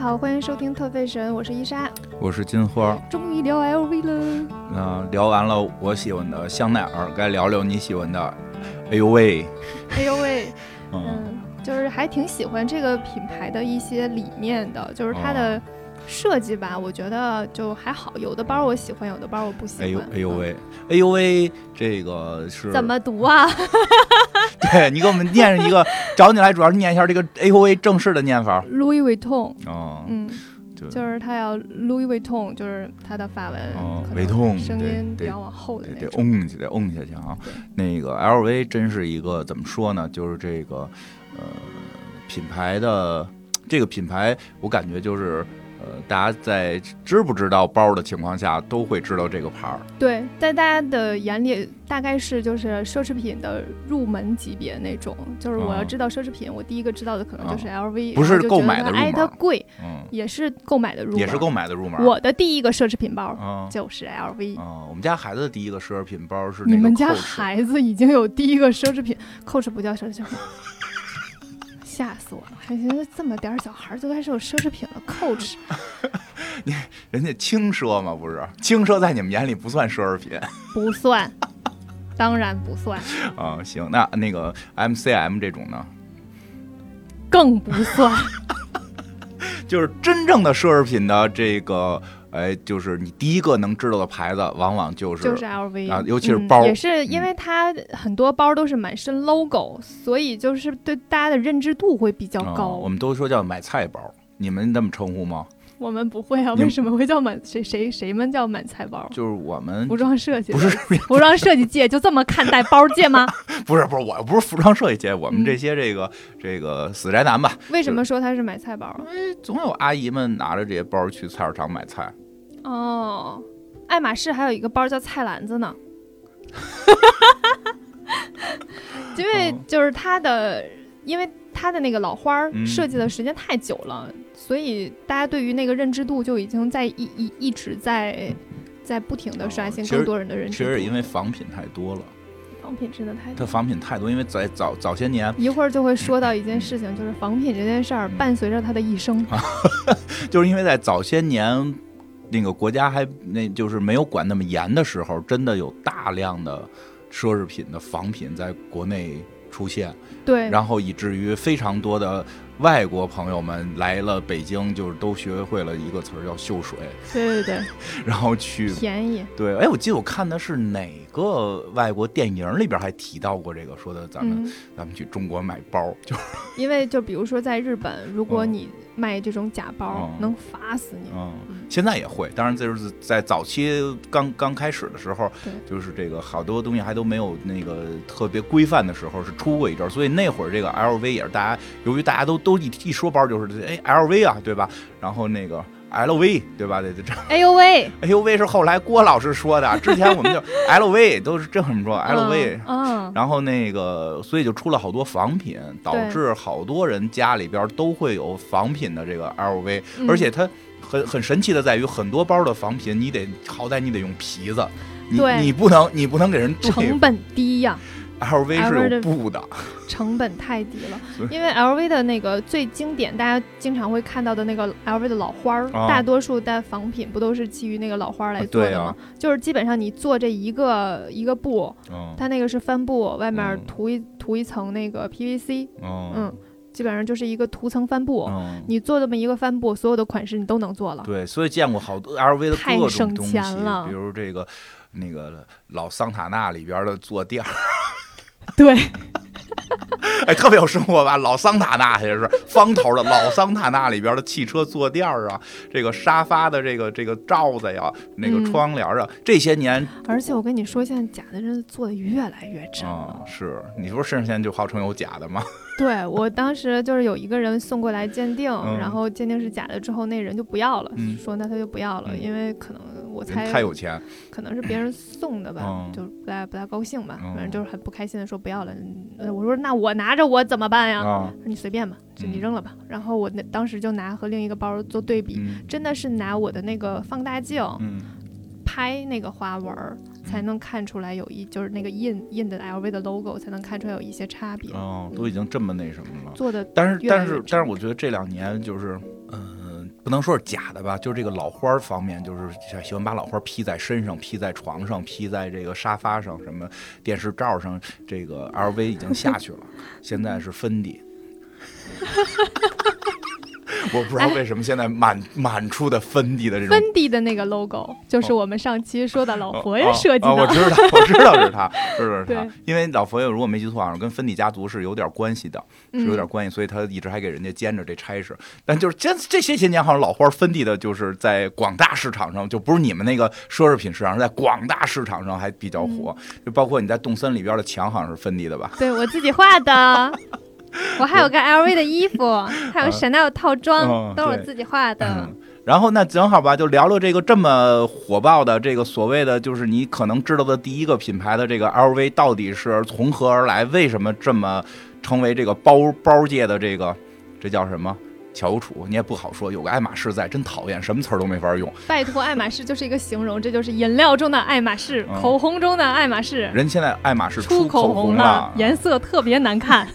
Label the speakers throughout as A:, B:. A: 好，欢迎收听特费神，我是伊莎。
B: 我是金花。
A: 终于聊 LV 了，
B: 那聊完了我喜欢的香奈儿，该聊聊你喜欢的。哎呦喂，
A: 哎呦喂，
B: 嗯，
A: 嗯，就是还挺喜欢这个品牌的一些理念的，就是它
B: 哦
A: 的设计吧，我觉得就还好，有的包我喜欢，有的包我嗯不喜
B: 哎
A: 欢。
B: 呦哎呦喂，哎呦喂，这个是
A: 嗯，怎？么读啊？
B: 对你给我们念上一个， 找你来主要是念一下这个哎呦喂正式的念法。
A: Louis Vuitton，
B: 哦，
A: 嗯，
B: 对，
A: 就是它要 Louis Vuitton，就是它的法文，
B: 哦
A: 可能
B: 维痛
A: 声
B: 对
A: 音比
B: 对
A: 较往后的
B: 得
A: 那
B: 得
A: 种。
B: 嗡起来，嗡下去啊
A: 对。
B: 那个 LV 真是一个怎么说呢？就是这个呃品牌的这个品牌，我感觉就是呃大家在知不知道包的情况下，都会知道这个牌儿。
A: 对，在大家的眼里，大概是就是奢侈品的入门级别那种。就是我要
B: 哦
A: 知道奢侈品，我第一个知道的可能就是 LV，、
B: 啊不是购买的入
A: 挨它
B: 门
A: 贵，
B: 嗯，
A: 也是购买的入门，
B: 也是购买的入门。
A: 我的第一个奢侈品包
B: 啊
A: 就是 LV。
B: 啊，我们家孩子的第一个奢侈品包是那个
A: 你们家
B: Coach
A: 孩子已经有第一个奢侈品，Coach 不叫奢侈品，吓死我了！还觉得这么点儿小孩儿就开始有奢侈品了，Coach
B: 人家轻奢嘛，不是轻奢在你们眼里不算奢侈品
A: 不算，当然不算，
B: 啊。行，那那个 MCM 这种呢，
A: 更不算。
B: 就是真正的奢侈品的这个，哎，就是你第一个能知道的牌子，往往就是
A: 就是 LV
B: 啊尤其是
A: 嗯
B: 包
A: 也是因为它很多包都是满身 logo，、所以就是对大家的认知度会比较
B: 啊
A: 高。
B: 我们都说叫买菜包，你们那么称呼吗？
A: 我们不会啊，
B: 你们
A: 为什么会叫满谁谁谁们叫满菜包？
B: 就是我们
A: 服装设计
B: 不是
A: 服装设计界就这么看待包界吗？
B: 不是不是，我不是服装设计界，我
A: 嗯
B: 们这些这个、这个死宅男吧，
A: 为什么说它是买菜包？
B: 总有阿姨们拿着这些包去菜市场买菜。
A: 哦，爱马仕还有一个包叫菜篮子呢， 因为
B: 哦
A: 就是它的，因为它的那个老花儿
B: 嗯
A: 设计的时间太久了，所以大家对于那个认知度就已经在一一一直在在不停的刷新
B: 哦其实
A: 更多人的认
B: 其
A: 知
B: 实
A: 度。
B: 因为仿品太多了，
A: 仿品真的太
B: 它
A: 多。
B: 仿品太多，因为在早早些年，
A: 一会儿就会说到一件事情，就是仿品这件事儿伴随着他的一生。
B: 啊就是因为在早些年，那个国家还那就是没有管那么严的时候，真的有大量的奢侈品的仿品在国内出现，
A: 对，
B: 然后以至于非常多的外国朋友们来了北京，就是都学会了一个词儿叫秀水，
A: 对对对，
B: 然后去
A: 便宜。
B: 对，哎，我记得我看的是哪个外国电影里边还提到过这个，说的咱们、
A: 嗯，
B: 咱们去中国买包，就是
A: 因为就比如说在日本，如果
B: 嗯
A: 你卖这种假包，
B: 嗯
A: 能罚死你。
B: 嗯
A: 嗯，
B: 现在也会，当然就是在早期刚刚开始的时候
A: 对，
B: 就是这个好多东西还都没有那个特别规范的时候是出过一阵儿，所以那会儿这个 LV 也是大家，由于大家都都一一说包就是哎 LV 啊，对吧？然后那个 LV 对吧？得得这
A: 哎呦喂
B: LV 是后来郭老师说的，之前 我们就 LV 都是这么说 LV，
A: 嗯，嗯
B: 然后那个，所以就出了好多仿品，导致好多人家里边都会有仿品的这个 LV，、
A: 嗯
B: 而且它很很神奇的在于，很多包的仿品你得好歹你得用皮子，你
A: 对
B: 你不能你不能给人对
A: 成本低呀、
B: LV
A: ，LV
B: 是
A: 的
B: 有布的，
A: 成本太低了
B: 所。以
A: 因为 LV 的那个最经典，大家经常会看到的那个 LV 的老花儿，
B: 啊
A: 大多数的仿品不都是基于那个老花儿来做的吗？
B: 啊
A: 就是基本上你做这一个一个布，
B: 嗯
A: 它那个是帆布，外面
B: 嗯
A: 涂一、涂一层那个 PVC，嗯
B: 嗯，
A: 基本上就是一个涂层帆布。
B: 嗯，
A: 你做这么一个帆布，所有的款式你都能做了。
B: 对，所以见过好多 LV 的
A: 太
B: 各
A: 省
B: 种东西
A: 钱了，
B: 比如这个那个老桑塔纳里边的坐垫儿，
A: 对，
B: 哎，特别有生活吧？老桑塔纳也是方头的，老桑塔纳里边的汽车坐垫儿啊，这个沙发的这个这个罩子呀，那个
A: 嗯
B: 窗帘儿啊，这些年
A: 而且我跟你说，现在假的真的做的越来越真了。
B: 啊、是你说身上现在就号称有假的吗？
A: 对我当时就是有一个人送过来鉴定，
B: 嗯
A: 然后鉴定是假的之后，那人就不要了，
B: 嗯
A: 说那他就不要了，
B: 嗯
A: 因为可能我
B: 人
A: 猜
B: 太有钱，
A: 可能是别人送的吧，
B: 嗯
A: 就不太不太高兴吧，
B: 嗯
A: 反正就是很不开心的说不要了。呃我说那我拿着我怎么办呀？
B: 啊
A: 他说你随便吧，就你
B: 嗯
A: 扔了吧。然后我那当时就拿和另一个包做对比。
B: 嗯
A: 真的是拿我的那个放大镜
B: 嗯
A: 拍那个花纹儿，才能看出来有一就是那个印印的 LV 的 logo，才能看出来有一些差别。
B: 啊哦，都已经这么那什么了。
A: 做的
B: 但是
A: 嗯越来
B: 但
A: 越
B: 是
A: 真
B: 但是，我觉得这两年就是嗯、不能说是假的吧，就是这个老花儿方面，就是喜欢把老花儿披在身上、披在床上、披在这个沙发上、什么电视罩上。这个 LV 已经下去了，现在是芬迪。 我不知道为什么现在满满处的芬迪的这种
A: 哎芬迪的那个 logo 就是我们上期说的老佛爷设计
B: 哦哦我
A: 的，
B: 知道， 我知道是他，知道是他
A: 对，
B: 因为老佛爷如果没记错，好像跟芬迪家族是有点关系的，是有点
A: 嗯
B: 关系，所以他一直还给人家兼着这差事。但就是这这些些年，好像老花芬迪的，就是在广大市场上，就不是你们那个奢侈品市场，是在广大市场上还比较
A: 嗯
B: 火。就包括你在动森里边的墙，好像是芬迪的吧？
A: 对我自己画 的。我还有个 LV 的衣服，还有 Chanel 套
B: 哦
A: 装，都是我
B: 对
A: 自己画的
B: 嗯。然后那正好吧，就聊聊这个这么火爆的这个所谓的，就是你可能知道的第一个品牌的这个 LV 到底是从何而来？为什么这么成为这个包包界的这个这叫什么翘楚？你也不好说，有个爱马仕在，真讨厌，什么词儿都没法用。
A: 拜托，爱马仕就是一个形容，这就是饮料中的爱马仕，
B: 嗯
A: 口红中的爱马仕，
B: 人现在爱马仕出
A: 口
B: 红
A: 了，
B: 了
A: 颜色特别难看。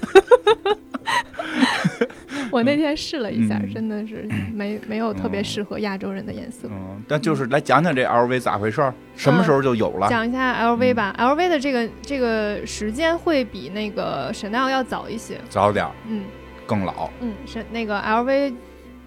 A: 我那天试了一下，
B: 嗯
A: 真的是没没有特别
B: 嗯
A: 适合亚洲人的颜色。
B: 嗯，但就是来讲讲这 LV 咋回事儿，什么时候就有了？
A: 讲一下 LV 吧、l v 的这个这个时间会比那个 Chanel 要早一些。
B: 早点儿
A: 嗯
B: 更老。
A: 嗯，是那个 LV，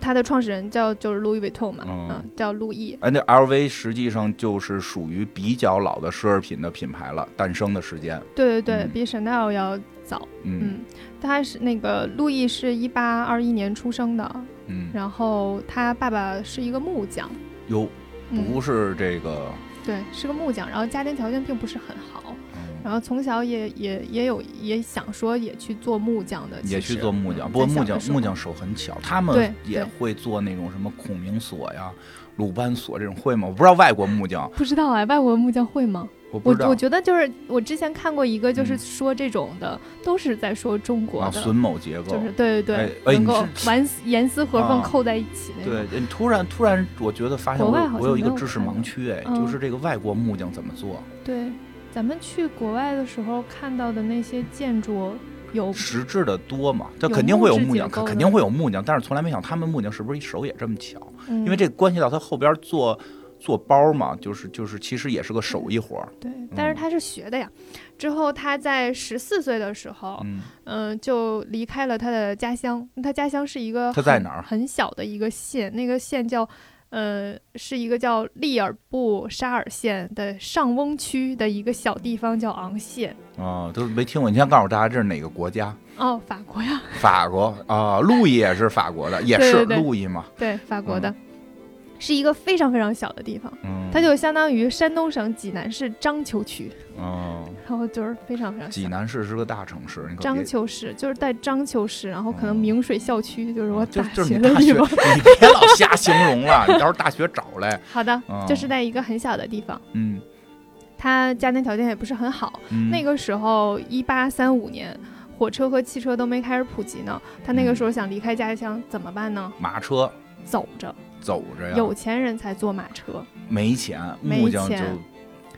A: 它的创始人叫就是 Louis Vuitton 嘛，
B: 嗯
A: 嗯，叫路易。
B: 哎，那 LV 实际上就是属于比较老的奢侈品的品牌了，诞生的时间。
A: 对对对，
B: 嗯
A: 比 Chanel 要早。
B: 嗯
A: 嗯，他是那个路易是一八二一年出生的，
B: 嗯，
A: 然后他爸爸是一个木匠。
B: 有
A: 嗯。
B: 不是这个，
A: 对，是个木匠，然后家庭条件并不是很好，
B: 嗯
A: 然后从小也也也有也想说也去做木匠的，其
B: 也
A: 实
B: 去做木匠，
A: 嗯
B: 不过
A: 在
B: 木
A: 小的
B: 匠
A: 时候
B: 木匠手很巧，他
A: 对
B: 们
A: 对
B: 也会做那种什么孔明锁呀、鲁班锁这种会吗？我不知道外国木匠，
A: 不知道哎，外国木匠会吗？
B: 我不
A: 我
B: 知道
A: 我觉得就是我之前看过一个，就
B: 嗯
A: 是说这种的、都是在说中国
B: 啊，
A: 的，
B: 榫卯结构，
A: 就是对对对，
B: 哎哎
A: 能
B: 你
A: 够
B: 是
A: 完严丝合缝
B: 啊
A: 扣在一起那种。
B: 对，你突然突然，我觉得发现
A: 国
B: 我
A: 外
B: 有
A: 好
B: 我有
A: 像
B: 一
A: 没
B: 个
A: 有
B: 知识
A: 看到
B: 盲区，哎，
A: 嗯
B: 就是这个外国木匠怎么做，
A: 对咱们去国外的时候看到的那些建筑有
B: 实质的多嘛？他
A: 有
B: 肯定会有
A: 木质
B: 木
A: 结
B: 匠，肯
A: 构
B: 肯
A: 的
B: 定会有木匠，但是从来没想他们木匠是不是手也这么巧？
A: 因
B: 因为这关系到他后边做做包嘛，就是就是其实也是个手艺活儿。
A: 对，但是
B: 嗯
A: 他是学的呀。之后他在十四岁的时候，
B: 嗯，
A: 嗯、就离开了他的家乡。他家乡是一个
B: 他在
A: 很
B: 哪儿啊
A: 很小的一个县，那个县叫，呃，是一个叫利尔布沙尔县的上翁区的一个小地方，叫昂县。
B: 啊，都没听过。你先告诉大家这是哪个国家？
A: 哦，法国呀，
B: 法国啊，路易也是法国的，也是
A: 对对对
B: 路易嘛。
A: 对，法国的，是一个非常非常小的地方，
B: 嗯，
A: 它就相当于山东省济南市章丘区，
B: 嗯，
A: 然后就是非常非常
B: 济
A: 小。
B: 南市是个大城市，你可别
A: 章丘市就是在章丘市，然后可能
B: 嗯
A: 明水校区就是我
B: 哦就
A: 大
B: 就是
A: 学
B: 你
A: 的
B: 大
A: 地
B: 学，
A: 方。
B: 你别老瞎形容了，你到时候大学找来。
A: 好的，
B: 嗯
A: 就是在一个很小的地方，
B: 嗯，
A: 他家庭条件也不是很好。
B: 嗯
A: 那个时候，一八三五年，火车和汽车都没开始普及呢。他
B: 嗯
A: 那个时候想离开家乡，怎么办呢？
B: 马车
A: 走
B: 啊
A: 着，
B: 走着呀，
A: 有钱人才坐马车，
B: 没钱，
A: 没
B: 木匠就
A: 钱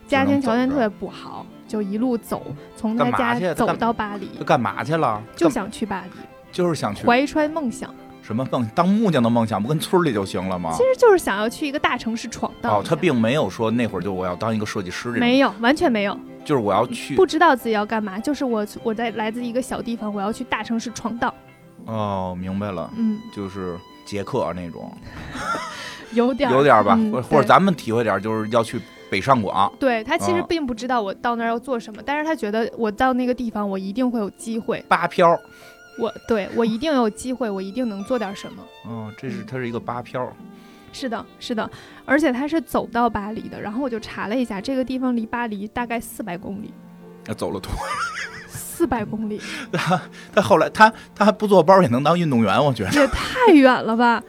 A: 家庭条件
B: 走
A: 特
B: 着
A: 别不好，就一路走，从他
B: 干嘛去啊
A: 家
B: 他
A: 走
B: 干
A: 到巴黎
B: 他，干嘛去了？
A: 就
B: 干
A: 想去巴黎，
B: 就是想去哦
A: 怀揣梦想，
B: 什么梦？当木匠的梦想不跟村里就行了吗
A: 其？实就是想要去一个大城市闯荡
B: 哦
A: 一，下。
B: 他并没有说那会儿就我要当一个设计师这种，
A: 没有，完全没有，
B: 就是我要去
A: 不知道自己要干嘛。就是我，我在来自一个小地方，我要去大城市闯荡。
B: 哦，明白了，
A: 嗯，
B: 就是捷克那种，
A: 有点儿
B: 有点儿吧，
A: 嗯
B: 或或者
A: 对
B: 咱们体会点儿，就是要去北上广，
A: 对他其实
B: 啊
A: 并不知道我到那儿要做什么，但是他觉得我到那个地方，我一定会有机会，
B: 八漂，
A: 我对我一定有机会，我一定能做点什么。
B: 嗯，这是它是一个八漂，
A: 是的，是的，而且他是走到巴黎的。然后我就查了一下，这个地方离巴黎大概四百公里，
B: 那走了多。
A: 四百公里
B: 他后来他他还不做包也能当运动员，我觉得。
A: 也太远了吧？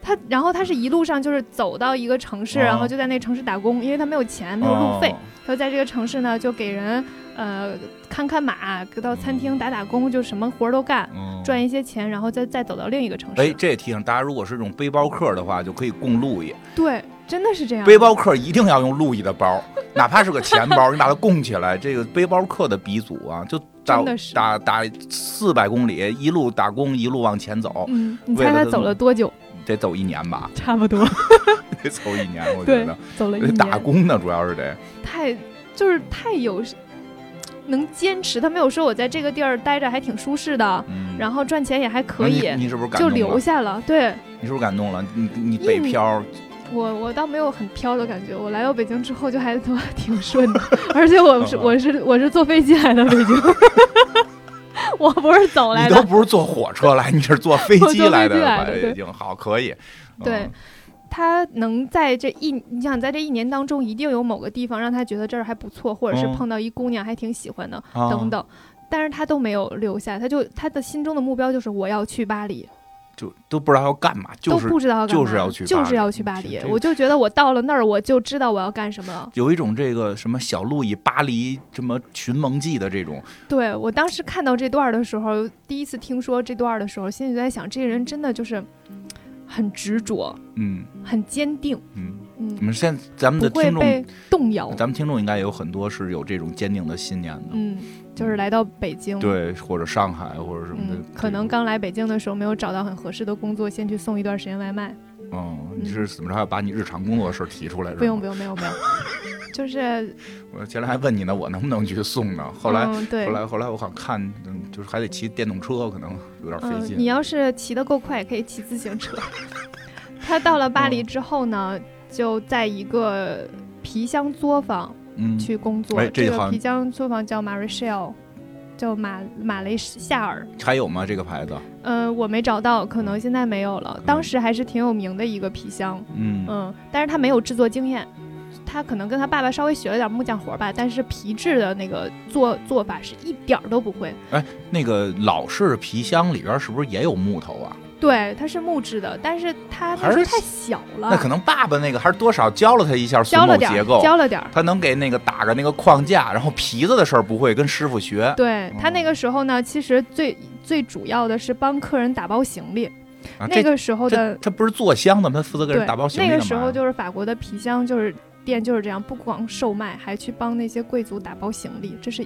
A: 他然后他是一路上就是走到一个城市，
B: 哦
A: 然后就在那城市打工，因为他没有钱，没有嗯路
B: 啊
A: 费，他就在这个城市呢就给人呃看看马，到餐厅打打工，就什么活儿都干。
B: 哦，
A: 赚一些钱，然后再再走到另一个城市。
B: 哎，这也提醒大家，如果是这种背包客的话，就可以供路易。
A: 对，真的是这样。
B: 背包客一定要用路易的包，哪怕是个钱包，你把它供起来，这个背包客的鼻祖啊，就打
A: 真的是
B: 打打四百公里，一路打工一路往前走，
A: 嗯，你
B: 为
A: 猜
B: 了
A: 他
B: 他
A: 走
B: 的
A: 了多久？
B: 得走一年吧，
C: 差不多，
B: 得走一年，我觉
C: 对
B: 得。，
C: 走了一
B: 得
C: 年，
B: 打工呢，主要是得
A: 太就是太有能坚持。他没有说我在这个地儿待着还挺舒适的，
B: 嗯，
A: 然后赚钱也还可
B: 那你
A: 以，
B: 你是不是感
A: 就
B: 动了？
A: 留下了。对
B: 你是不是感动了？你你你北
A: 嗯
B: 漂，
A: 我我倒没有很飘的感觉，我来到北京之后就还 都还挺顺的，而且我
B: 嗯
A: 是我是我是坐飞机来的北京， 我不是走来
B: 你都
A: 的。
B: 不是坐火车来，你是坐飞
A: 我坐
B: 机
A: 飞
B: 来的
A: 机来
B: 吧？
A: 的
B: 北
A: 对
B: 京好，可以。嗯
A: 对，他能在这一，你想在这一年当中，一定有某个地方让他觉得这儿还不错，或者是
B: 嗯
A: 碰到一姑娘还挺喜欢的，
B: 啊
A: 等等，但是他都没有留下，他就他的心中的目标就是我要去巴黎，
B: 就都不知道要干嘛，就
A: 都
B: 是
A: 不知道要干嘛，
B: 就是要去巴黎
A: 就是要去巴黎
B: 这，这
A: 我就觉得我到了那儿我就知道我要干什么了。
B: 有一种这个什么小路易巴黎什么寻梦记的这种，
A: 对我当时看到这段儿的时候，第一次听说这段儿的时候，心里就在想，这个人真的就是很执着，
B: 嗯
A: 很坚定，
B: 嗯，我
A: 嗯，
B: 们现在咱们
A: 不
B: 的
A: 会
B: 听
A: 被
B: 众，
A: 动摇，
B: 咱们听众应该有很多是有这种坚定的信念的，
A: 嗯，就是来到北京，。
B: 对，或者上海或者什么的
A: 嗯，，可能刚来北京的时候没有找到很合适的工作，先去送一段时间外卖。
B: 嗯，你是怎么着要把你日常工作的事儿提出来？
A: 不用不
B: 用，
A: 用，没有没有，就是
B: 我前两天还问你呢，我能不能去送呢？ 后来
A: 嗯、对
B: 后来后来我好像看，嗯，就是还得骑电动车，可能有点费
A: 嗯，
B: 劲。
A: 你要是骑得够快，也可以骑自行车。 他到了
B: 嗯
A: 巴黎之后呢，就在一个皮箱作坊
B: 嗯，
A: 去工作。
B: 哎这
A: 这
B: 好
A: 个
B: 像
A: 皮箱作坊叫 Marichal，叫马马雷夏尔。
B: 还有吗？这个牌子？
A: 呃，我没找到，可能现在没有了。当时还是挺有名的一个皮箱，
B: 嗯
A: 嗯，但是他没有制作经验。他可能跟他爸爸稍微学了点木匠活吧，但是皮质的那个做做法是一点儿都不会。
B: 那个老式皮箱里边是不是也有木头啊？
A: 对，它是木质的，但是它
B: 还
A: 那时候
B: 是
A: 太小了，
B: 那可能爸爸那个还是多少教了他一下榫
A: 啊教
B: 卯
A: 了点
B: 结
A: 儿，
B: 构，哦
A: 教了点儿。
B: 他能给那个打个那个框架，然后皮子的事儿不会跟师傅学。
A: 对他
B: 哦
A: 那个时候呢，其实最最主要的是帮客人打包行李。那
B: 啊这
A: 个时候
B: 这
A: 的
B: 这不是做箱的吗？他负责给
A: 对
B: 人打包行李
A: 那
B: 干嘛
A: 个时
B: 呀
A: 候就是法国的皮箱就是店就是这样，不光售卖，还去帮那些贵族打包行李，这是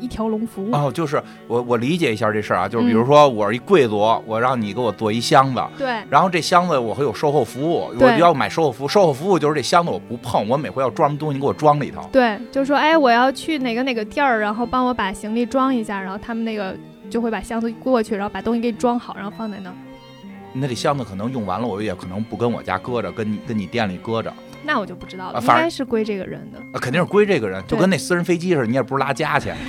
A: 一条龙服务。
B: 哦，就是我我理解一下这事儿啊，就是比
A: 嗯
B: 如说我是一贵族，我让你给我做一箱子，
A: 对
B: 然后这箱子我会有售后服务，我
A: 对
B: 要买售后服务，售后服务就是这箱子我不碰，我每回要装什么东西你给我装里头。
A: 对，就说哎，我要去哪个哪个店儿，然后帮我把行李装一下，然后他们那个就会把箱子过去，然后把东西给你装好，然后放在那儿。
B: 那这箱子可能用完了，我也可能不跟我家搁着，跟你跟你店里搁着，
A: 那我就不知道了，
B: 啊
A: 应
B: 反而
A: 该是归这个人的。
B: 啊肯定是归这个人，就
A: 对
B: 跟那私人飞机似的，你也不是拉家去，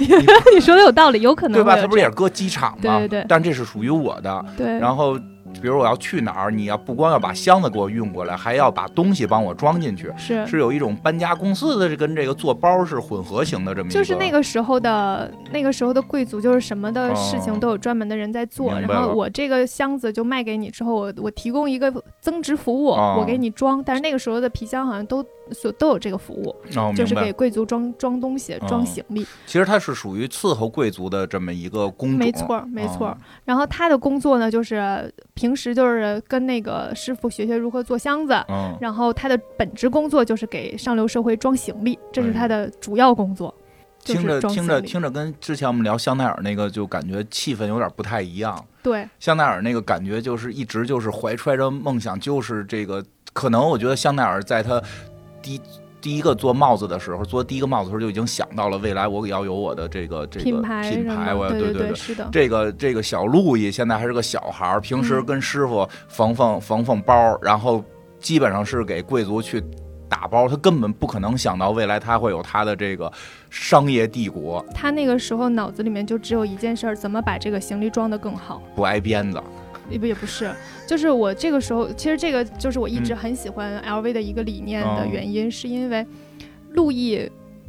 A: 你说的有道理，有可能
B: 对吧？
A: 会有
B: 他不是
A: 这
B: 也是搁机场吗？
A: 对对对
B: 但这是属于我的。
A: 样对，
B: 然后，比如我要去哪儿，你要不光要把箱子给我运过来，还要把东西帮我装进去，
A: 是
B: 是有一种搬家公司的跟这个做包是混合型的这么一个。
A: 就是那个时候的那个时候的贵族，就是什么的事
B: 哦
A: 情都有专门的人在做。
B: 明白
A: 然后
B: 了
A: 我这个箱子就卖给你之后，我我提供一个增值服务，
B: 哦
A: 我给你装。但是那个时候的皮箱好像都所都有这个服务，
B: 哦，
A: 就
B: 明
A: 是
B: 白
A: 给。贵族装装东西、
B: 哦
A: 装行李。
B: 其实它是属于伺候贵族的这么一个工种，
A: 没错儿，没错儿。
B: 哦
A: 然后他的工作呢，就是平时就是跟那个师傅学学如何做箱子。
B: 嗯，
A: 然后他的本职工作就是给上流社会装行李，这
B: 哎
A: 是
B: 呦
A: 他的主要工作。就
B: 听
A: 是
B: 着
A: 装
B: 听
A: 行
B: 着
A: 李
B: 听着，跟之前我们聊香奈儿那个就感觉气氛有点不太一样。
A: 对，
B: 香奈儿那个感觉就是一直就是怀揣着梦想，就是这个可能我觉得香奈儿在他第第一个做帽子的时候，做第一个帽子的时候就已经想到了未来我要有我的这个这个
A: 品牌
B: 品
A: 什
B: 牌，
A: 么
B: 我要
A: 对
B: 对
A: 对
B: 对。
A: 是的，
B: 这个这个小路易现在还是个小孩儿，平时
A: 嗯
B: 跟师傅缝缝缝缝包，然后基本上是给贵族去打包，他根本不可能想到未来他会有他的这个商业帝国，
A: 他那个时候脑子里面就只有一件事儿，怎么把这个行李装得更好。
B: 不挨鞭子。
A: 也不也不是，就是我这个时候，其实这个就是我一直
B: 嗯
A: 很喜欢 LV 的一个理念
B: 哦
A: 的原因，是因为路易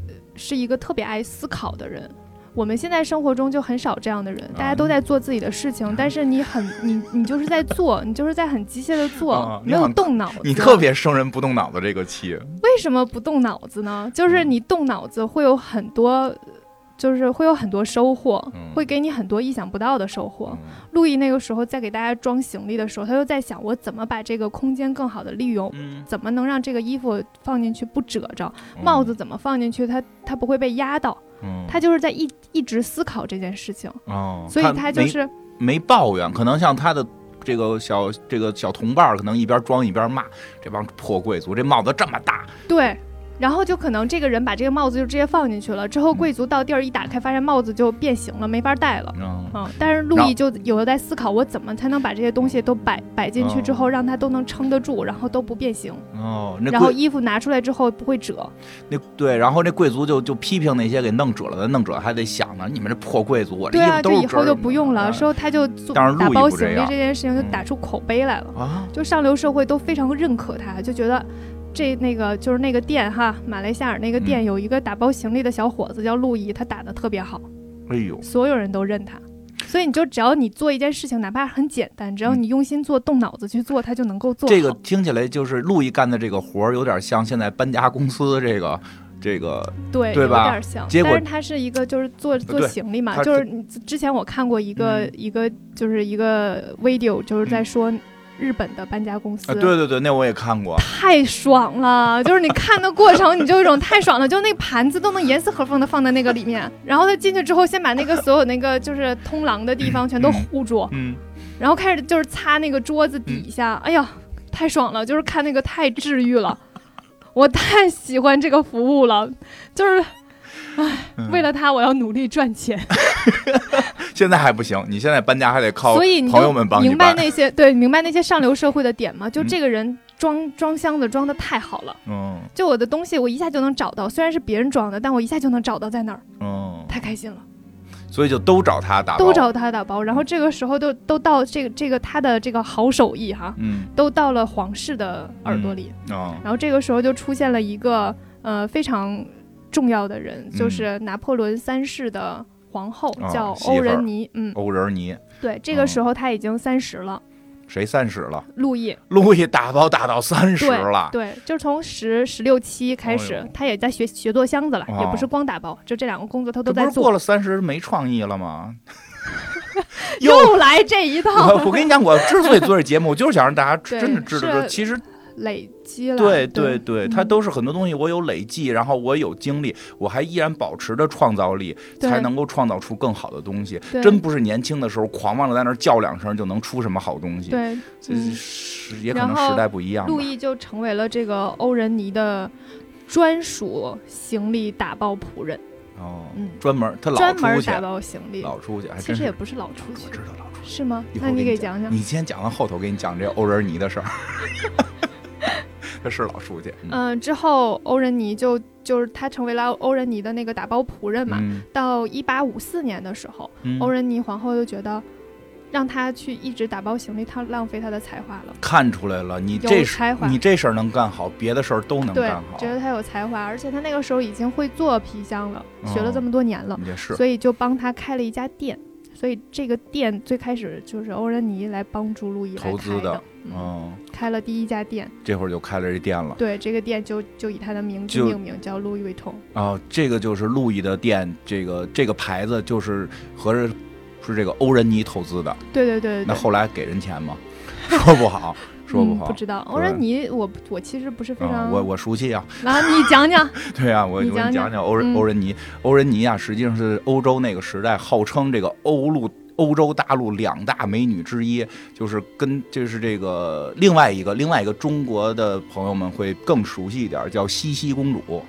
A: 呃是一个特别爱思考的人。我们现在生活中就很少这样的人，大家
B: 嗯
A: 都在做自己的事情，但是你很你你就是在做，你就是在很机械的做，
B: 啊
A: 没有
B: 那
A: 动脑子。
B: 你特别生人不动脑的这个气，
A: 为什么不动脑子呢？就是
B: 嗯
A: 你动脑子会有很多，就是会有很多收获，
B: 嗯
A: 会给你很多意想不到的收获。
B: 嗯
A: 路易那个时候在给大家装行李的时候，他就在想我怎么把这个空间更好的利用，
B: 嗯，
A: 怎么能让这个衣服放进去不褶着，帽子怎么放进去它它不会被压到，
B: 嗯，
A: 他就是在一一直思考这件事情，
B: 哦，
A: 所以他就
B: 没
A: 是
B: 没抱怨，可能像他的这个小这个小同伴儿可能一边装一边骂这帮破贵族，这帽子这么大，
A: 对。然后就可能这个人把这个帽子就直接放进去了，之后贵族到地儿一打开，发现帽子就变形了，没法戴了。
B: 嗯，
A: 嗯，但是路
B: 然后
A: 易就有在思考，我怎么才能把这些东西都摆摆进去之后，让它都能撑得住，然后都不变形，
B: 哦，那
A: 然后
B: 贵
A: 衣服拿出来之后不会折。
B: 那对，然后那贵族就就批评那些给弄褶了的，弄褶还得想呢，你们这破贵族，我这
A: 对
B: 衣
A: 啊，就
B: 服都是
A: 以后
B: 褶
A: 就
B: 儿
A: 不用了。
B: 啊
A: 之后他就做
B: 但是路
A: 打
B: 易
A: 包
B: 不
A: 行
B: 这
A: 李
B: 样
A: 这件事情就
B: 嗯
A: 打出口碑来了，
B: 啊，
A: 就上流社会都非常认可他，就觉得。这那个就是那个店哈，马来西亚那个店
B: 嗯
A: 有一个打包行李的小伙子叫路易，他打的特别好，
B: 哎呦，
A: 所有人都认他。所以你就只要你做一件事情，哪怕很简单，只要你用心做、动脑子去做，它就能够做好。
B: 嗯这个听起来就是路易干的这个活儿，有点像现在搬家公司这个这个，
A: 对，
B: 对吧
A: 有点像。
B: 结果呃
A: 但是它是一个就是做做
B: 对
A: 行李嘛，
B: 它
A: 就是你之前我看过一个、
B: 嗯
A: 一个就是一个 video，就是在说日本的搬家公司。
B: 啊，对对对，那我也看过，
A: 太爽了！就是你看的过程，你就有一种太爽了，就那盘子都能严丝合缝的放在那个里面。然后他进去之后，先把那个所有那个就是通廊的地方全都
B: 嗯
A: 糊住，
B: 嗯，
A: 然后开始就是擦那个桌子底下，哎呀，太爽了！就是看那个太治愈了，我太喜欢这个服务了，就是，唉，
B: 嗯
A: 为了它我要努力赚钱，
B: 现在还不行，你现在搬家还得靠
A: 所以你
B: 朋友
A: 就
B: 们帮你
A: 明白
B: 搬，
A: 那些对明白那些上流社会的点吗？就
B: 嗯
A: 这个人装装箱子装的太好了，
B: 嗯
A: 就我的东西我一下就能找到，虽然是别人装的，但我一下就能找到在哪儿，
B: 嗯，
A: 太开心了。
B: 所以就都找他打包，
A: 都，找他打包，然后这个时候都都到这个这个他的这个好手艺哈，
B: 嗯
A: 都到了皇室的耳朵里。
B: 啊，
A: 然后这个时候就出现了一个呃非常重要的人，就是拿破仑三世的皇后，
B: 嗯啊
A: 叫
B: 媳妇儿哦
A: 欧仁妮。嗯，
B: 欧仁尼
A: 对，这个时候她已经三十了，
B: 谁三十了？
A: 路易。
B: 路易打包打到三十
A: 对
B: 了，
A: 对，就从十十六七开
B: 哎
A: 始，她也在学学做箱子了，
B: 哦
A: 也不是光打包，就这两个工作她都
B: 这
A: 在
B: 不是过
A: 做。
B: 了三十没创意了吗？
A: 又来这一套，
B: 我我跟你讲，我之所以做这节目，我就是想让大家
A: 对
B: 真的知道，
A: 是
B: 这其实
A: 累积了。
B: 对对对，它
A: 嗯
B: 都是很多东西，我有累计，然后我有经历，我还依然保持着创造力，
A: 对
B: 才能够创造出更好的东西。
A: 对
B: 真不是年轻的时候狂妄的在那儿叫两声就能出什么好东西。
A: 对，
B: 这
A: 嗯
B: 是也可
A: 然
B: 能
A: 后
B: 时代不一样吧
A: 路。易就成为了这个欧仁妮的专属行李打包仆人，
B: 哦
A: 嗯，
B: 专门他老
A: 专门
B: 出
A: 儿
B: 去，
A: 打包行李。
B: 老出去，还
A: 其
B: 真
A: 实也
B: 是。
A: 不是老出
B: 我
A: 去，
B: 知道老出去。
A: 是吗
B: 一？会儿
A: 那
B: 我
A: 你
B: 给
A: 给
B: 你
A: 讲讲。
B: 你先讲完嗯后头，我给你讲这欧仁尼 的事儿。他是老出去，嗯
A: 嗯，之后欧仁妮就就是他成为了欧仁妮的那个打包仆人嘛。
B: 嗯
A: 到一八五四年的时候，
B: 嗯
A: 欧仁妮皇后就觉得，让他去一直打包行李，太浪费他的才华了。
B: 看出来了，你
A: 有
B: 这事
A: 才华
B: 你这事儿能干好，别的事儿都能
A: 对
B: 干，好
A: 觉。得他有才华，而且他那个时候已经会做皮箱了，学了
B: 哦
A: 这么多年了。
B: 也是，
A: 所以就帮他开了一家店。所以这个店最开始就是欧仁妮来帮助路易来
B: 投资
A: 开
B: 的
A: 嗯，
B: 嗯，
A: 开了第一家店，
B: 这会儿就开了这店了。
A: 对，这个店就就以他的名字
B: 就
A: 命名，叫路易威通。
B: 哦，这个就是路易的店，这个这个牌子就是合着是这个欧仁尼投资的。
A: 对对对对
B: 那
A: 对，
B: 后来给人钱吗？说不好，说
A: 嗯
B: 好。
A: 不知道欧仁妮，我我其实不是非
B: 啊、
A: 常，
B: 我我熟悉啊，
A: 然后你讲讲，
B: 对啊，我我
A: 你
B: 给
A: 讲
B: 你
A: 讲
B: 讲讲欧仁、
A: 嗯
B: 欧仁尼，欧仁尼啊，实际上是欧洲那个时代号称这个欧陆欧洲大陆两大美女之一，就是跟就是这个另外一个另外一个中国的朋友们会更熟悉一点，叫茜茜公主，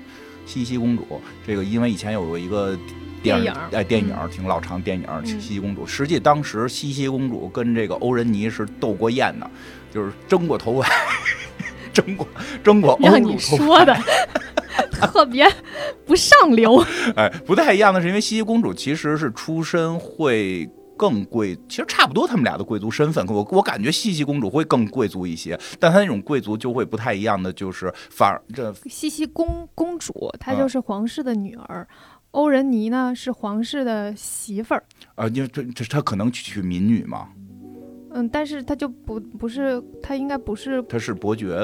B: 茜茜公主，这个因为以前有过一个。电
A: 电影儿嗯
B: 哎，电影儿挺老长，电影儿《茜茜公主》。实际当时茜茜公主跟这个欧仁妮是斗过艳的，就是争过头发， 争过争过欧
A: 让
B: 陆
A: 你
B: 头发。
A: 说的 特别不上流。
B: 哎，不太一样的是，因为茜茜公主其实是出身会更贵，其实差不多，他们俩的贵族身份，我我感觉茜茜公主会更贵族一些，但她那种贵族就会不太一样的，就是反而这
A: 茜茜公公主，她
B: 啊
A: 就是皇室的女儿，欧仁妮呢是皇室的媳妇儿。
B: 呃，因为这这她可能娶民女嘛，
A: 嗯，但是她就不不是，她应该不是，
B: 她是伯爵，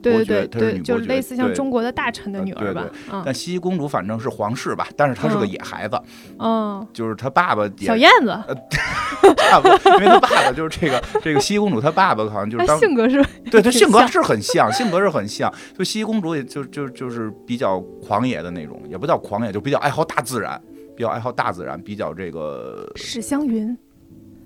A: 对
B: 伯
A: 对
B: 爵她是
A: 对
B: 女
A: 对，就
B: 伯爵
A: 类似像
B: 对
A: 中国的大臣的
B: 呃
A: 女儿
B: 对
A: 吧，
B: 但茜茜公主反正是皇室吧，但是她是个
A: 嗯
B: 野孩子，
A: 嗯嗯，
B: 就是她爸爸也
A: 小燕子，
B: 差不多，因为 她爸爸就是这个这个茜茜公主，她爸爸好像就是
A: 她
B: 当
A: 性格是，
B: 对她
A: 挺
B: 性格
A: 像
B: 是很像，性格是很像。就茜茜公主也就就就是比较狂野的那种，也不叫狂野，就比较爱好大自然，比较爱好大自然，比较这个
A: 史湘云，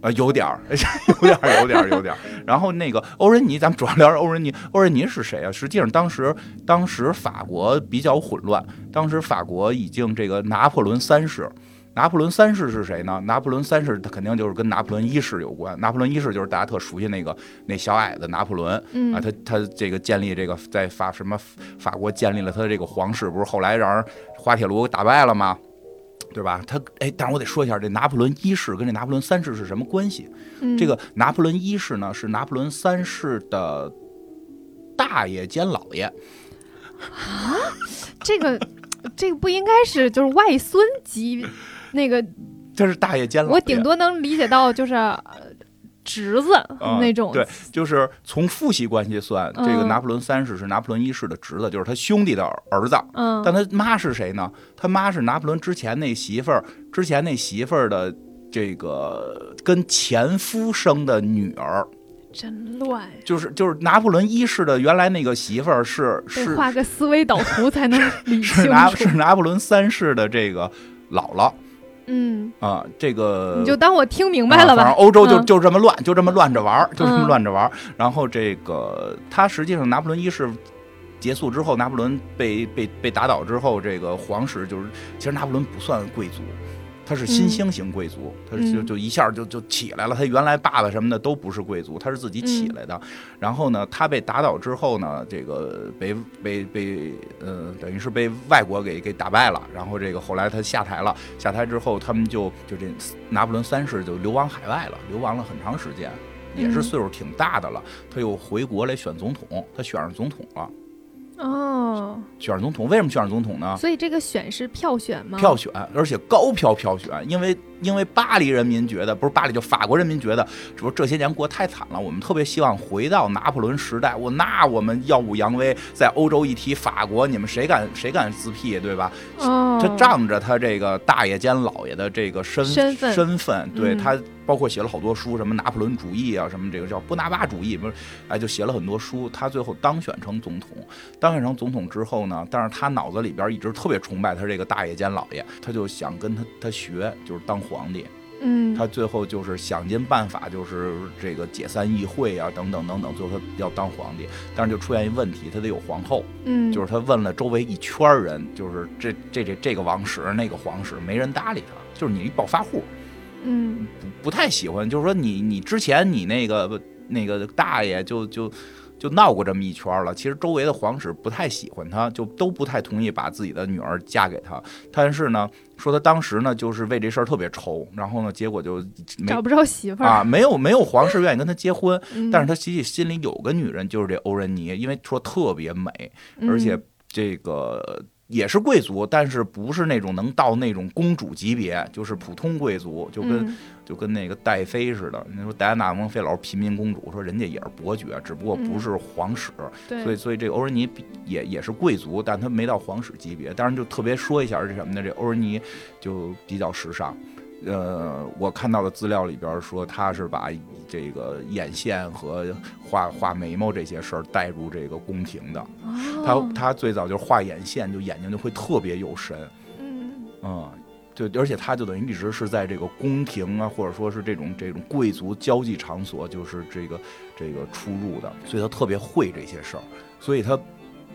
B: 啊，有点儿， 有点儿，有点儿，有点儿。然后那个欧仁尼，咱们主要聊聊欧仁尼。欧仁尼是谁啊？实际上当时当时法国比较混乱，当时法国已经这个拿破仑三世。拿破仑三世是谁呢？拿破仑三世他肯定就是跟拿破仑一世有关。拿破仑一世就是大家特熟悉那个那小矮子拿破仑啊，
A: 嗯，
B: 他他这个建立这个在法什么法国建立了他的这个皇室，不是后来让人滑铁卢打败了吗？对吧？他哎，但是我得说一下，这拿破仑一世跟这拿破仑三世是什么关系？
A: 嗯
B: 这个拿破仑一世呢是拿破仑三世的大爷兼老爷，
A: 这个这个不应该是就是外孙级那个，
B: 这是大爷 兼老爷。
A: 我顶多能理解到就是呃侄子
B: 啊
A: 那种，
B: 对，就是从父系关系算，这个
A: 嗯
B: 拿破仑三世是拿破仑一世的侄子，就是他兄弟的儿子。
A: 嗯
B: 但他妈是谁呢？他妈是拿破仑之前那媳妇儿，之前那媳妇儿的这个跟前夫生的女儿，
A: 真乱，
B: 就是就是拿破仑一世的原来那个媳妇儿是
A: 得
B: 是
A: 画个思维导图才 能理清
B: 是拿
A: 楚
B: 是。拿破仑三世的这个姥姥
A: 嗯，
B: 啊，这个
A: 你就当我听明白了
B: 啊反
A: 吧。
B: 正欧洲就
A: 嗯
B: 就这么乱，就这么乱着玩儿，就这么
A: 嗯
B: 乱着玩儿。然后这个他实际上拿破仑一世。结束之后，拿破仑被被被打倒之后，这个皇室就是，其实拿破仑不算贵族，他是新兴型贵族，他是就
A: 嗯
B: 就一下就就起来了。他原来爸爸什么的都不是贵族，他是自己起
A: 嗯
B: 来的。然后呢，他被打倒之后呢，这个被被被呃，等于是被外国给给打败了。然后这个后来他下台了，下台之后他们就就这拿破仑三世就流亡海外了，流亡了很长时间，也是
A: 嗯
B: 岁数挺大的了。他又回国来选总统，他选上总统了，
A: 哦，
B: 选上总统。为什么选上总统呢？
A: 所以这个选是票选吗？
B: 啊票选，而且高票票选，因为因为巴黎人民觉得不是巴黎，就法国人民觉得，说这些年过太惨了，我们特别希望回到拿破仑时代，我那我们耀武扬威，在欧洲一提法国，你们谁敢谁敢自辟，对吧？
A: 哦，
B: 他仗着他这个大爷兼老爷的这个身
A: 身份
B: 身份，对
A: 嗯
B: 他包括写了好多书，什么拿破仑主义啊，什么这个叫波拿巴主义，不是，哎，就写了很多书。他最后当选成总统，当选成总统之后呢，但是他脑子里边一直特别崇拜他这个大爷兼老爷，他就想跟他他学，就是当皇帝。
A: 嗯，
B: 他最后就是想尽办法，就是这个解散议会啊，等等等等，最后他要当皇帝，但是就出现一问题，他得有皇后。
A: 嗯，
B: 就是他问了周围一圈儿人，就是这这这这个王室那个皇室，没人搭理他，就是你一暴发户，
A: 嗯
B: 不不太喜欢，就是说你你之前你那个那个大爷就就。就闹过这么一圈儿了，其实周围的皇室不太喜欢他，就都不太同意把自己的女儿嫁给他。但是呢，说他当时呢就是为这事儿特别愁，然后呢，结果就没
A: 找不着媳妇儿
B: 啊，没有没有皇室愿意跟他结婚，
A: 嗯
B: 但是他其实心里有个女人，就是这欧仁妮，因为说特别美，
A: 嗯
B: 而且这个也是贵族，但是不是那种能到那种公主级别，就是普通贵族，就跟、
A: 嗯
B: 就跟那个戴妃似的。你说戴安娜王妃老是平民公主，说人家也是伯爵，只不过不是皇室，
A: 嗯对，
B: 所以所以这个欧仁妮比也也是贵族，但她没到皇室级别。当然就特别说一下是什么呢？这欧仁妮就比较时尚。呃，我看到的资料里边说，她是把这个眼线和画画眉毛这些事儿带入这个宫廷的。他
A: 哦
B: 他最早就是画眼线，就眼睛就会特别有神，
A: 嗯
B: 嗯，就而且他就等于一直是在这个宫廷啊，或者说是这种这种贵族交际场所，就是这个这个出入的，所以他特别会这些事儿，所以他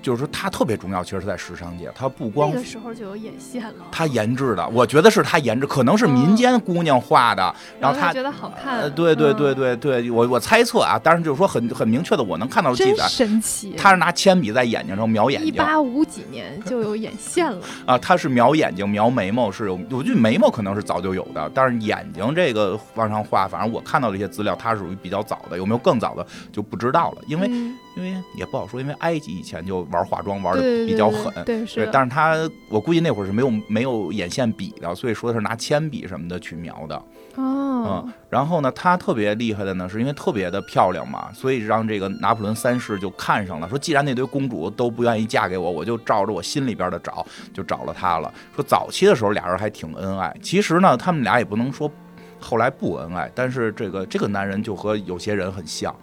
B: 就是说他特别重要，其实他在时尚界，他不光
A: 那个时候就有眼线了，
B: 他研制的，我觉得是他研制，可能是民间姑娘画的，然后
A: 他
B: 他。
A: 觉得好嗯看，
B: 呃，对对
A: 嗯
B: 对，对对，我我猜测啊，当然就是说很很明确的，我能看到的记
A: 真
B: 载，
A: 神奇。
B: 他是拿铅笔在眼睛上描眼
A: 一
B: 睛，
A: 八五几年就有眼线了，
B: 啊，他是描眼睛、描眉毛是有，我觉得眉毛可能是早就有的，但是眼睛这个往上画，反正我看到的一些资料，它是属于比较早的，有没有更早的就不知道了，因为、
A: 嗯
B: 因为也不好说，因为埃及以前就玩化妆玩的
A: 对对
B: 比
A: 对
B: 较
A: 对
B: 狠。
A: 对是的，
B: 但是他，我估计那会儿是没有没有眼线笔的，所以说是拿铅笔什么的去描的。
A: 哦
B: 嗯，然后呢，她特别厉害的呢，是因为特别的漂亮嘛，所以让这个拿破仑三世就看上了，说既然那堆公主都不愿意嫁给我，我就照着我心里边的找，就找了她了。说早期的时候俩人还挺恩爱，其实呢，他们俩也不能说后来不恩爱，但是这个这个男人就和有些人很像，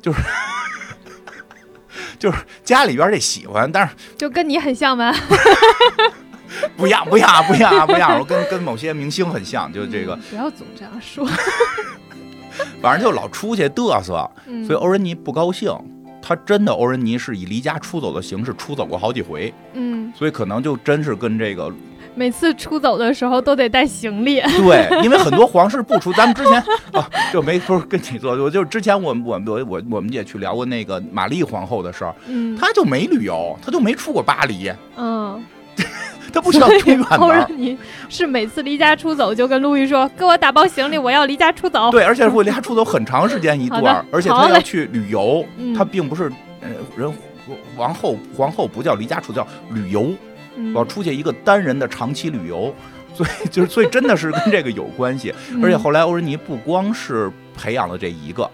B: 就是就是家里边儿这喜欢，但是
A: 就跟你很像吧？
B: 不一样不一样不一样不一样，我跟跟某些明星很像，就这个
A: 嗯不要总这样说，
B: 反正就老出去嘚瑟，
A: 嗯
B: 所以欧仁妮不高兴。他真的欧仁妮是以离家出走的形式出走过好几回，
A: 嗯，
B: 所以可能就真是跟这个
A: 每次出走的时候都得带行李，
B: 对，因为很多皇室不出，咱们之前啊就没不是跟你说，我就是之前我们我们我我我们也去聊过那个玛丽皇后的事儿，
A: 嗯
B: 她就没旅游，她就没出过巴黎，
A: 嗯，
B: 她 不需要
A: 所以
B: 出远门
A: 欧
B: 儿。
A: 仁妮是每次离家出走就跟路易说：“给我打包行李，我要离家出走。”
B: 对，而且会离家出走很长时间一 段
A: 好
B: 儿
A: 的，
B: 而且
A: 好
B: 她
A: 嘞
B: 要去旅游，
A: 嗯
B: 她并不是呃人王后皇后不叫离家出走，叫旅游，
A: 嗯，
B: 我要出去一个单人的长期旅游，所以就是所以真的是跟这个有关系。
A: 嗯
B: 而且后来欧仁妮不光是培养了这一个，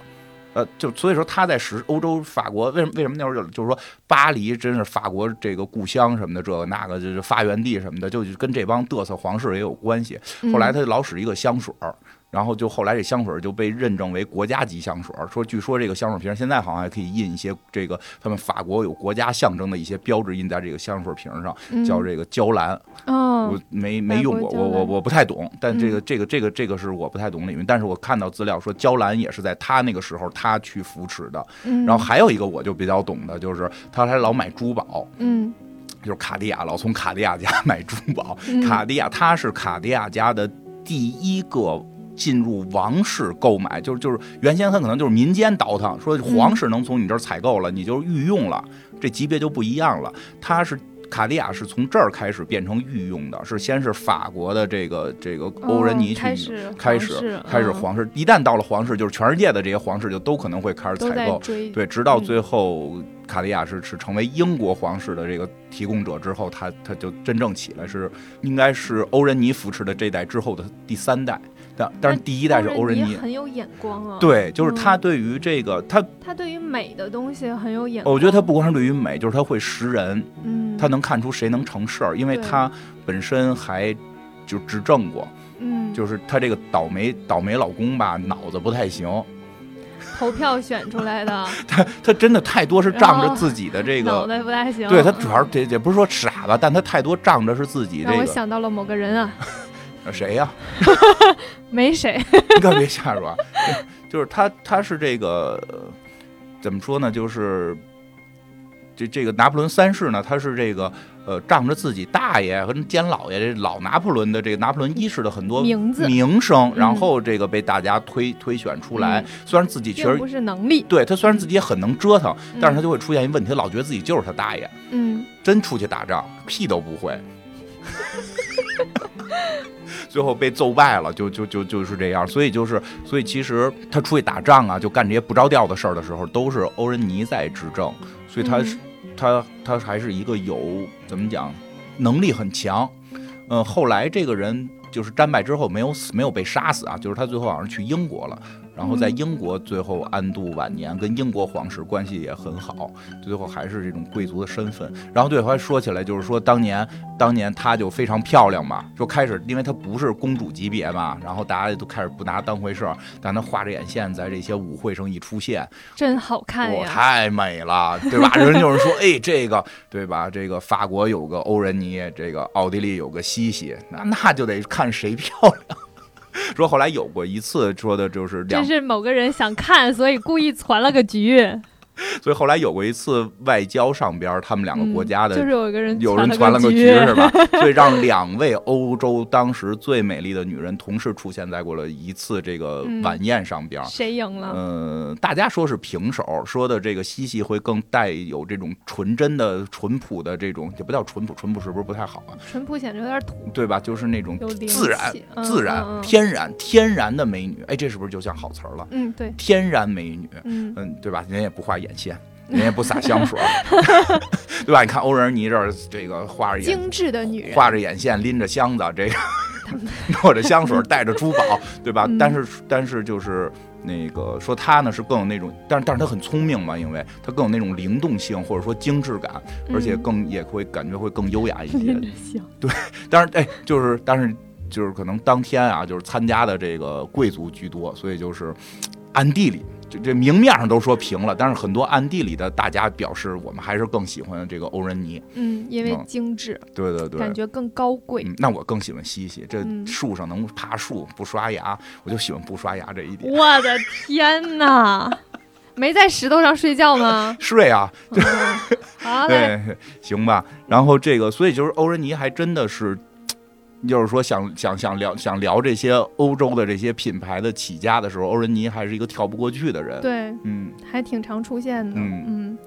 B: 呃，就所以说他在时欧洲法国为什么为什么那会儿就就是说巴黎真是法国这个故乡什么的，这个那个就是发源地什么的，就跟这帮嘚瑟皇室也有关系。
A: 嗯
B: 后来他就老使一个香水儿。然后就后来这香水儿就被认证为国家级香水儿，说据说这个香水瓶儿现在好像还可以印一些这个他们法国有国家象征的一些标志印在这个香水瓶上，叫这个娇兰。我
A: 嗯
B: 没
A: 法
B: 没用
A: 国
B: 过，
A: 娇
B: 我我
A: 兰嗯
B: 我不太懂，但这个这个这个这个是我不太懂的领域。但是我看到资料说，娇兰也是在他那个时候他去扶持的。
A: 嗯，
B: 然后还有一个我就比较懂的，就是他还老买珠宝，
A: 嗯
B: 就是卡地亚老从卡地亚家 买珠宝。
A: 嗯
B: 卡地亚他是卡地亚家的第一个。进入王室购买，就是就是原先他可能就是民间倒腾，说皇室能从你这儿采购了，你就御用了，这级别就不一样了。他是卡地亚是从这儿开始变成御用的，是先是法国的这个这个欧仁
A: 哦
B: 尼去
A: 开始
B: 开
A: 皇
B: 始
A: 室
B: 开始
A: 嗯
B: 皇室，一旦到了皇室，就是全世界的这些皇室就都可能会开始
A: 都
B: 采
A: 在
B: 购，
A: 追
B: 对，直到
A: 嗯
B: 最后卡地亚是是成为英国皇室的这个提供者之后，他他就真正起来是应该是欧仁尼扶持的这代之后的第三代，但但是第一代是欧仁尼，
A: 很有眼光啊，，
B: 对，就是他
A: 嗯
B: 对于这个他，
A: 他对于美的东西很有眼光，
B: 我觉得他不光是对于美，就是他会识人，
A: 嗯，
B: 他能看出谁能成事儿，因为
A: 对
B: 他本身还就执政过，
A: 嗯
B: 就是他这个倒霉倒霉老公吧，脑子不太行，
A: 投票选出来的，
B: 他真的太多是
A: 然
B: 仗着
A: 后
B: 自己的这
A: 脑
B: 个，
A: 袋不太行，嗯
B: 对他主要这也不是说傻吧，但他太多仗着是自己
A: 让
B: 这
A: 我
B: 个
A: 想到了某个人啊，
B: 呃谁呀、
A: 没谁，
B: 你可别瞎说啊， 就是他他是这个呃怎么说呢，就是。这这个拿破仑三世呢，他是这个呃仗着自己大爷和监老爷这老拿破仑的这个拿破仑一世的很多
A: 名字
B: 名声，然
A: 嗯
B: 后这个被大家推推选出来
A: 嗯。
B: 虽然自己确
A: 并
B: 实
A: 不是能力，
B: 对他虽然自己也很能折腾，
A: 嗯
B: 但是他就会出现一问题，他老觉得自己就是他大爷，
A: 嗯
B: 真出去打仗屁都不会， 最后被揍败了，就就就就是这样。所以就是，所以其实他出去打仗啊，就干这些不着调的事儿的时候，都是欧仁尼在执政，所以他是、他他还是一个有怎么讲，能力很强。嗯，后来这个人就是战败之后没有死，没有被杀死啊，就是他最后好像去英国了，然后在
A: 嗯
B: 英国最后安度晚年，跟英国皇室关系也很好，最后还是这种贵族的身份。然后对，还说起来就是说当年当年她就非常漂亮嘛，就开始因为她不是公主级别嘛，然后大家都开始不拿她当回事儿，但她画着眼线在这些舞会上一出现，
A: 真好看哎
B: 哇，
A: 呀，
B: 太美 了，对吧？人就是说，哎，这个对吧？这个法国有个欧仁妮，这个奥地利有个西西，那
A: 嗯
B: 那就得看谁漂亮。说后来有过一次说的就是两
A: 这是某个人想看，所以故意攒了个局，
B: 所以后来有过一次外交上边儿，他们两个国家的、
A: 嗯就是有一个人
B: 有人传
A: 传
B: 了
A: 个
B: 个
A: 局
B: 局是吧？ 所以让两位欧洲当时最美丽的女人同时出现在过了一次这个
A: 嗯
B: 晚宴上边儿。
A: 谁赢了？
B: 嗯、大家说是平手，说的这个西西会更带有这种纯真的、淳朴的这种，也不叫淳朴，淳朴是不是不太好啊？
A: 淳朴显得有点土，
B: 对吧？就是那种
A: 有灵
B: 自然
A: 气、嗯
B: 自然、
A: 嗯嗯
B: 天然、天然的美女。哎，这是不是就像好词儿了？
A: 嗯，对，
B: 天然美女。
A: 嗯，
B: 嗯，对吧？人也不画眼线，人也不撒香水 儿，对吧？你看欧仁妮这儿这个画着眼
A: 精致的女人，
B: 画着眼线，拎着箱子，这个 抹着香水儿，带着珠宝，对吧？
A: 嗯
B: 但是但是就是那个说她呢是更有那种，但是但是她很聪明嘛，因为她更有那种灵动性或者说精致感，而且
A: 嗯
B: 更也会感觉会更优雅一些。
A: 拎着香，
B: 当然，哎，就是但是就是可能当天啊，就是参加的这个贵族居多，所以就是暗地里。这这明面上都说平了，但是很多暗地里的大家表示，我们还是更喜欢这个欧仁泥。
A: 嗯，因为
B: 嗯
A: 精致，
B: 对对对，
A: 感觉更高贵。
B: 嗯，那我更喜欢西西，这
A: 嗯
B: 树上能爬树不刷牙，我就喜欢不刷牙这一点。？
A: 我的天哪，没在石头上睡觉吗
B: 睡啊，
A: 嗯好嘞，
B: 对， 行吧。然后这个，所以就是欧仁尼还真的是，就是说想想想聊想聊这些欧洲的这些品牌的起家的时候，欧仁尼还是一个跳不过去的人。，
A: 对，
B: 嗯。
A: 还挺常出现的。
B: 嗯
A: 嗯，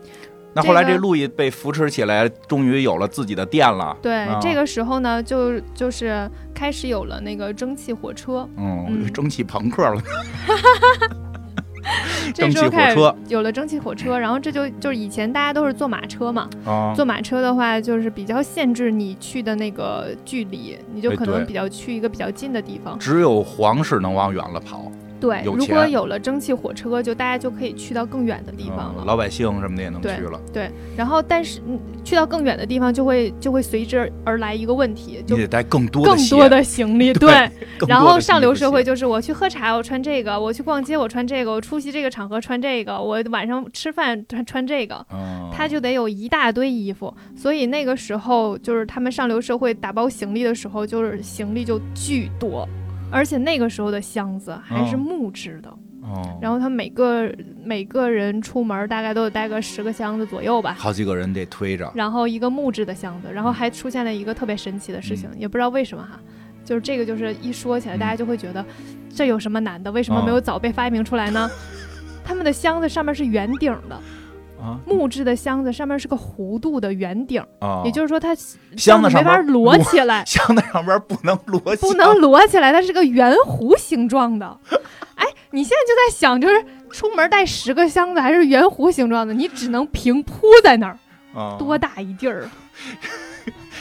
B: 那后来
A: 这
B: 这
A: 个
B: 路易被扶持起来，终于有了自己的店了。
A: 对
B: 啊，
A: 这个时候呢，就就是开始有了那个蒸汽火车，
B: 嗯，
A: 嗯
B: 蒸汽朋 克了，
A: 这
B: 蒸
A: 时
B: 汽
A: 候
B: 火
A: 开始
B: 车
A: 有了蒸汽火车，然后这就就是以前大家都是坐马车嘛，
B: 啊，
A: 坐马车的话就是比较限制你去的那个距离，你就
B: 哎
A: 可
B: 对
A: 能比较去一个比较近的地方。
B: 只有皇室能往远了跑，
A: 对，
B: 有
A: 如
B: 钱
A: 果有了蒸汽火车，就大家就可以去到更远的地方
B: 嗯
A: 了。
B: 老百姓什么的也能
A: 对
B: 去了。
A: 然后，但是嗯去到更远的地方，就会就会随之而来一个问题，
B: 你
A: 就
B: 得带更多的
A: 更
B: 鞋，
A: 多的行李。
B: 对
A: 对，
B: 更多的
A: 然后上
B: 衣服
A: 流社会
B: 鞋
A: 就是我去喝茶，我穿这个；我去逛街，我穿这个；我出席这个场合穿这个；我晚上吃饭穿穿这个。
B: 嗯
A: 他就得有一大堆衣服，所以那个时候就是他们上流社会打包行李的时候，就是行李就巨多，而且那个时候的箱子还是
B: 嗯
A: 木质的，
B: 哦
A: 然后他每个每个人出门大概都得带个十个箱子左右吧。
B: 好几个人得推着，
A: 然后一个木质的箱子，然后还出现了一个特别神奇的事情，也不知道为什么哈，就是这个就是一说起来，
B: 嗯
A: 大家就会觉得这有什么难的？为什么
B: 哦
A: 没有早被发明出来 呢？他们的箱子上面是圆顶的，
B: 啊
A: 木质的箱子上面是个弧度的圆顶，
B: 啊，
A: 也就是说它
B: 箱子
A: 子没法
B: 上边，
A: 摞起来
B: 箱子上边不能摞起，
A: 不能摞起来，它是个圆弧形状的。 哎，你现在就在想，就是出门带十个箱子还是圆弧形状的，你只能平铺在那儿，
B: 啊
A: 多大一地儿啊！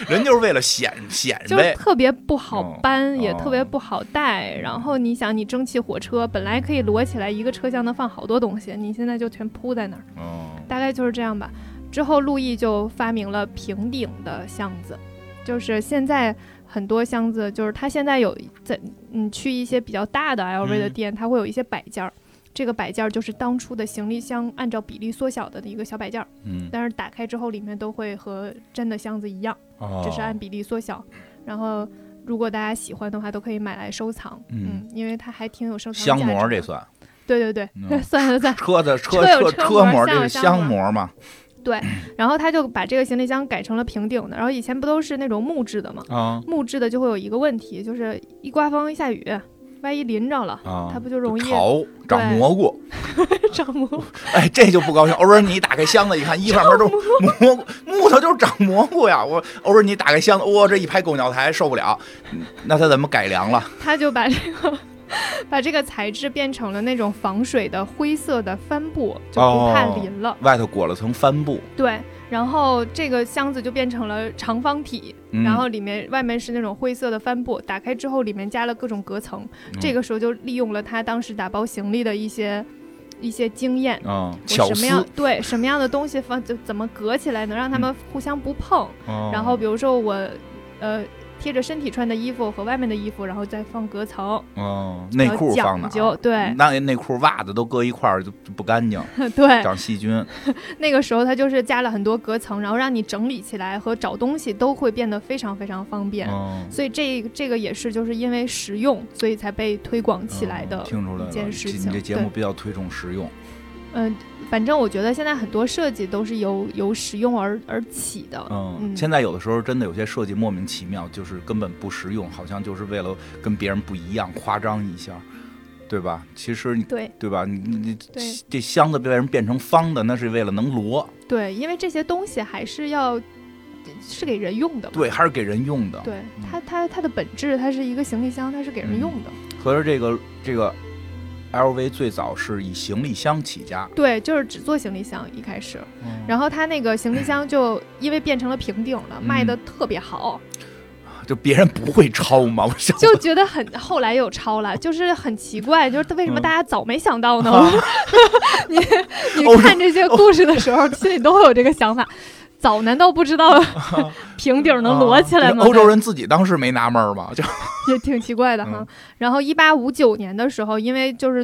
B: 人就是为了显显
A: 就是
B: 摆，
A: 特别不好
B: 嗯
A: 搬，也
B: 哦
A: 特别不好带。然后你想，你蒸汽火车本来可以摞起来一个车厢能放好多东西，你现在就全铺在那儿，
B: 嗯
A: 大概就是这样吧。之后路易就发明了平顶的箱子，就是现在很多箱子，就是它现在有在你去一些比较大的 LV 的
B: 嗯
A: 店，它会有一些摆件儿。这个摆件儿就是当初的行李箱按照比例缩小的一个小摆件儿，
B: 嗯，
A: 但是打开之后里面都会和真的箱子一样。
B: 哦
A: 只是按比例缩小。然后，如果大家喜欢的话，都可以买来收藏。
B: 嗯
A: 嗯，因为它还挺有收藏
B: 箱
A: 价值
B: 模
A: 的
B: 这算
A: 对对对，
B: 嗯
A: 算了算了。
B: 车的车
A: 车有
B: 车
A: 车
B: 车模，
A: 模
B: 这
A: 箱有
B: 是箱
A: 箱模
B: 模嘛
A: 然后他就把这个行李箱改成了平顶的。然后以前不都是那种木质的吗？
B: 啊
A: 木质的就会有一个问题，就是一刮风一下雨，万一淋着了，
B: 啊，
A: 它不就容易
B: 潮长
A: 对
B: 蘑菇？
A: 长蘑菇？
B: 哎，这就不高兴。偶尔你打开箱子一看，衣服上面都是蘑菇，木头就是长蘑菇呀。我偶尔你打开箱子，哇，这一拍狗尿苔受不了。嗯那他怎么改良了？
A: 他就把这个把这个材质变成了那种防水的灰色的帆布，就不怕
B: 哦
A: 淋了。
B: 外头裹了层帆布，
A: 对，然后这个箱子就变成了长方体，
B: 嗯
A: 然后里面外面是那种灰色的帆布，打开之后里面加了各种隔层。
B: 嗯
A: 这个时候就利用了他当时打包行李的一些一些经验，
B: 嗯，
A: 我
B: 巧
A: 什么
B: 思嗯
A: 样，对什么样的东西放就怎么隔起来，能让他们互相不碰。然
B: 然
A: 后比如说我，呃。贴着身体穿的衣服和外面的衣服，然后再放隔层，
B: 哦，内
A: 然后
B: 裤放
A: 讲
B: 哪
A: 究
B: 儿？啊
A: 对
B: 那内裤、袜子都搁一块儿就不 干净，
A: 对，
B: 长细菌。
A: 那个时候它就是加了很多隔层，然后让你整理起来和找东西都会变得非常非常方便。
B: 嗯，
A: 所以这这个也是就是因为实用，所以才被推广起来的
B: 嗯。听出来了，
A: 一件事
B: 这你
A: 情
B: 这节
A: 对
B: 目比较推崇实用。
A: 嗯、反正我觉得现在很多设计都是由由实用而而起的。
B: 嗯，
A: 嗯
B: 现在有的时候真的有些设计莫名其妙，就是根本不实用，好像就是为了跟别人不一样，夸张一下，对吧？其实你
A: 对
B: 对吧？你你
A: 对
B: 这这箱子被人变成方的，那是为了能摞，
A: 对，因为这些东西还是要是给人用的嘛。
B: 对，还是给人用的。
A: 对
B: 嗯，
A: 它它它的本质，它是一个行李箱，它是给人用的。
B: 合着这个这个 LV 最早是以行李箱起家，
A: 对，就是只做行李箱一开始，
B: 嗯
A: 然后它那个行李箱就因为变成了平顶了，卖的特别好。
B: 就别人不会抄吗？我 想
A: 就觉得很后来有抄了，就是很奇怪，就是为什么
B: 嗯
A: 大家早没想到呢？ 你
B: 欧
A: 你
B: 洲
A: 看这些故事的时候，心里都会有这个想法。早难道不知 道平顶能摞起来吗？
B: 啊欧洲人自己当时 没纳闷儿吗？就
A: 也挺奇怪的哈。
B: 嗯
A: 然后一八五九年的时候，因为就是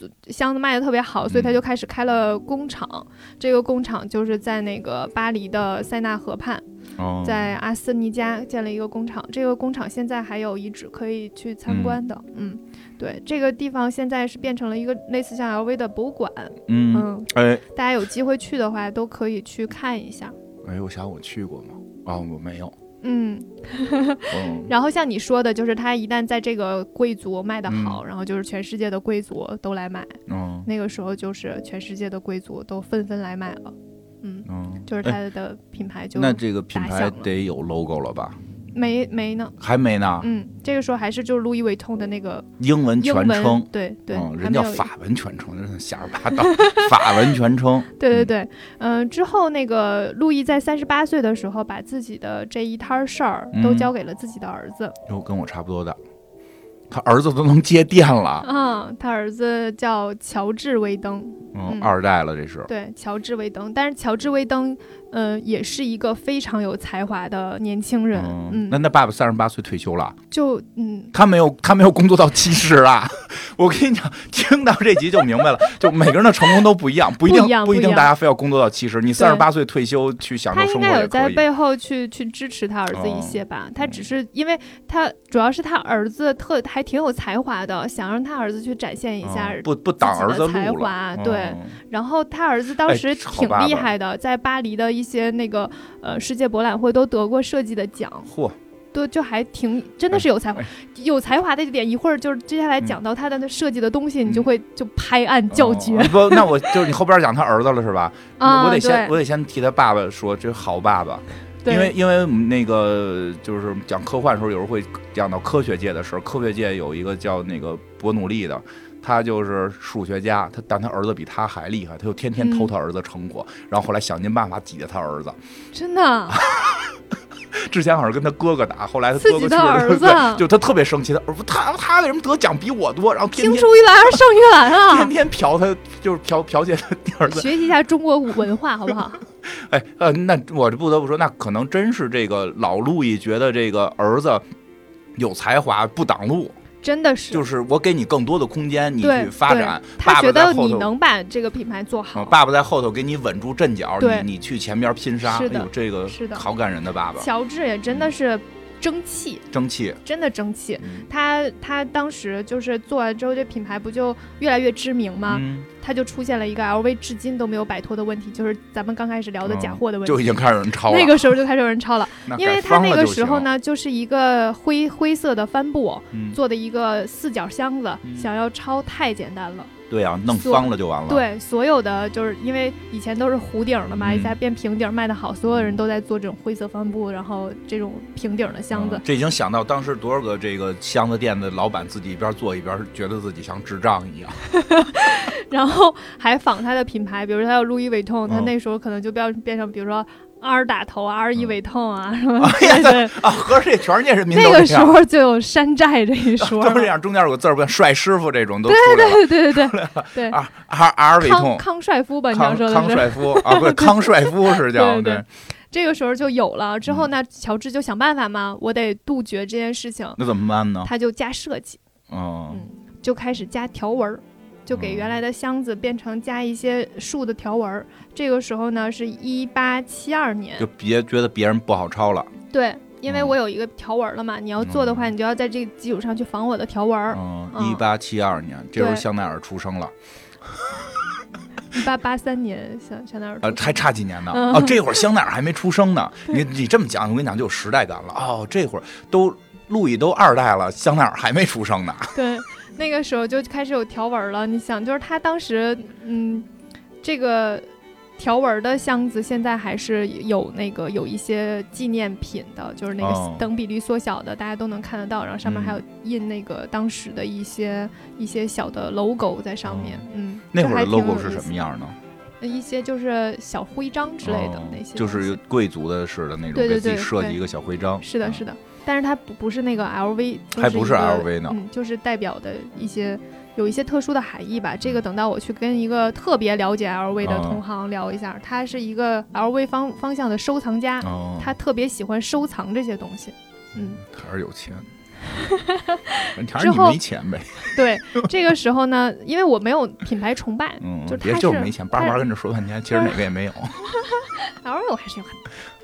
A: 呃箱子卖的特别好，所以他
B: 嗯
A: 就开始开了工厂。这个工厂就是在那个巴黎的塞纳河畔，
B: 哦，
A: 在阿斯尼加建了一个工厂，这个工厂现在还有遗址可以去参观的。嗯对，这个地方现在是变成了一个类似像 LV 的博物馆。
B: 嗯，
A: 嗯，
B: 哎
A: 大家有机会去的话都可以去看一下。
B: 哎，我想我去过吗？啊，我没有，
A: 嗯，
B: 嗯，
A: 然后像你说的，就是他一旦在这个贵族卖得好，然后就是全世界的贵族都来买。
B: 嗯
A: 那个时候就是全世界的贵族都纷纷来买了，嗯，
B: 嗯，
A: 就是
B: 哎。
A: 它的品牌就
B: 那这个品
A: 打
B: 牌
A: 响了
B: 得有 logo 了吧？
A: 没没呢，
B: 还没呢，
A: 嗯，这个时候还是就是路易威通的那个
B: 英文
A: 英
B: 全
A: 文
B: 称，，
A: 对对，
B: 嗯，
A: 还
B: 人
A: 没
B: 叫
A: 有
B: 法文全称，真是瞎说八道。法文全称，
A: 对对对，嗯、之后那个路易在三十八岁的时候，把自己的这一摊事儿都
B: 嗯
A: 交给了自己的儿子，
B: 哟，跟我差不多的，他儿子都能接电了，
A: 嗯，他儿子叫乔治威登，
B: 嗯，
A: 嗯
B: 二代了这是，
A: 对，乔治·威登。但是乔治·威登，呃，也是一个非常有才华的年轻人。
B: 嗯
A: 嗯，，
B: 那那爸爸三十八岁退休了，
A: 就嗯，
B: 他没有他没有工作到七十啊。 我跟你讲，听到这集就明白了，就每个人的成功都不一样，不一定
A: 不一样
B: 定
A: 不一样
B: 大家非要工作到七十，你三十八岁退休去享
A: 他
B: 受
A: 应
B: 生活
A: 该有
B: 也
A: 在
B: 可以。哦嗯
A: 背后去去支持他儿子一些吧。他只是因为他主要是他儿子特还挺有才华的，想让他儿子去展现一下。
B: 嗯不不挡儿子
A: 自己的才
B: 路
A: 华
B: 了，
A: 对
B: 嗯
A: 然后他儿子当
B: 哎
A: 时
B: 好
A: 挺
B: 爸爸
A: 厉害的，在巴黎的一些那个呃世界博览会都得过设计的奖。
B: 嚯，
A: 对，就还挺真的是有才华，
B: 哎
A: 有才华的一点，一会儿就是接下来讲到他的那设计的东西，你就
B: 嗯
A: 会就拍案叫绝、
B: 哦不，那我就是你后边讲他儿子了是吧？
A: 啊！
B: 哦我得
A: 对
B: 先我得先替他爸爸说，这好爸爸，
A: 对
B: 因为因为我们那个就是讲科幻的时候，有时候会讲到科学界的事儿。科学界有一个叫那个伯努利的，他就是数学家，他但他儿子比他还厉害，他就天天
A: 嗯
B: 偷他儿子成果，然后后来想尽办法挤兑他儿子。
A: 真
B: 啊
A: 的，
B: 之前好像跟他哥哥打，后来他
A: 刺
B: 哥哥
A: 激
B: 去
A: 他
B: 了，
A: 儿子
B: 对就他特别生气，他儿子他他为什么得奖比我多？然后天
A: 青
B: 天
A: 出于 蓝而胜于蓝
B: 天
A: 啊！
B: 天嫖他，就是剽剽窃他儿子。
A: 学习一下中国文化好不好？
B: 哎，呃，那我这不得不说，那可能真是这个老路易觉得这个儿子有才华，不挡路，
A: 真的是，
B: 就是我给你更多的空间，你
A: 对
B: 去发展。
A: 他
B: 爸
A: 觉
B: 爸
A: 得
B: 在后
A: 你
B: 头，
A: 能把这个品牌做好，
B: 嗯爸爸在后头给你稳住阵脚，
A: 对
B: 你你去前边拼杀。
A: 是的
B: 哎呦，这个
A: 是的
B: 好感人的爸爸，
A: 乔治也真的是争气，
B: 争气。
A: 真的争气。
B: 嗯
A: 他他当时就是做完之后，这品牌不就越来越知名吗？
B: 嗯，
A: 他就出现了一个 LV 至今都没有摆脱的问题，就是咱们刚开始聊的假货的问题。
B: 嗯就已经开始有人抄了。
A: 那个时候就开始有人抄了，
B: 那
A: 因为
B: 改
A: 他
B: 方
A: 那
B: 了
A: 个
B: 就
A: 时候
B: 行，
A: 呢，就是一个灰灰色的帆布
B: 嗯，
A: 做的一个四角箱子，
B: 嗯
A: 想要抄太简单了。
B: 对啊，弄
A: 做
B: 方了就完了。，
A: 对，所有的就是因为以前都是弧顶的嘛，
B: 嗯
A: 一下变平顶卖的好，所有人都在做这种灰色帆布，然后这种平顶的箱子
B: 嗯。这已经想到当时多少个这个箱子店的老板自己一边做一边觉得自己像智障一样。
A: 然后还仿他的品牌，比如说他有路易威通，他
B: 嗯
A: 那时候可能就变变成比如说 R 打头啊，R 一
B: 嗯
A: 伟痛啊什么
B: 哎
A: 之
B: 呀
A: 类的。
B: 啊，合着这全世界人民
A: 那
B: 都
A: 个
B: 这
A: 时
B: 样，
A: 候就有山寨这一说了，
B: 都这样，中间有个字儿不像帅师傅这种都出来了。
A: 对对对对对，
B: 啊阿阿伟
A: 康
B: 痛，
A: 康帅夫 吧，你想
B: 康
A: 说
B: 康
A: 的是
B: 帅夫 啊，不是康帅夫是叫
A: 对对这个时候就有了。之
B: 嗯
A: 后那乔治就想办法嘛，我得杜绝这件事情，
B: 那怎么办呢？
A: 他就加设计，
B: 嗯
A: 就开始加条纹儿。就给
B: 嗯
A: 原来的箱子变成加一些树的条纹儿。这个时候呢，是一八七二年
B: 就，别觉得别人不好抄了，
A: 对，因为
B: 嗯
A: 我有一个条纹儿了嘛，你要做的话，你就要在这个基础上去仿我的条纹儿。
B: 嗯，
A: 嗯
B: 一八七二年，这时候
A: 对
B: 香奈儿出生了，
A: 一八八三年，香香奈儿
B: 呃
A: 出，
B: 嗯还差几年呢？
A: 嗯
B: 哦，这会儿香奈儿还没出生 呢。你你这么讲，我跟你讲就有时代感了。哦，这会儿都路易都二代了，香奈儿还没出 生呢。
A: 对，那个时候就开始有条纹了。你想，就是他当时，嗯，这个条纹的箱子现在还是有那个有一些纪念品的，就是那
B: 哦
A: 个等比例缩小的，大家都能看得到。然后上面
B: 嗯
A: 还有印那个当时的一些一些小的 logo 在上面。嗯，
B: 哦那
A: 就
B: 会儿
A: 还
B: 的
A: 挺有
B: logo 是
A: 意
B: 什
A: 思
B: 么？样呢？
A: 一些就是小徽章之类的、
B: 哦
A: 那些
B: 就
A: 东西
B: 是贵族的似的那种，
A: 对对
B: 给自己
A: 对
B: 设计
A: 对
B: 一个小徽章。
A: 是的，
B: 嗯
A: 是的，但是它不不是那个 LV，就
B: 还不是
A: 一个
B: LV 呢
A: 嗯，就是代表的一些有一些特殊的含义吧。这
B: 嗯
A: 个等到我去跟一个特别了解 LV 的
B: 啊
A: 同行聊一下，他是一个 LV 方方向的收藏家，
B: 哦，
A: 他特别喜欢收藏这些东西。嗯，
B: 还是有钱。还是你没钱呗。
A: 对，这个时候呢，因为我没有品牌崇拜，
B: 嗯，
A: 就
B: 别
A: 他
B: 就是
A: 是
B: 没钱，叭叭跟这说半天，其实哪个也没有。
A: LV 我还是有很，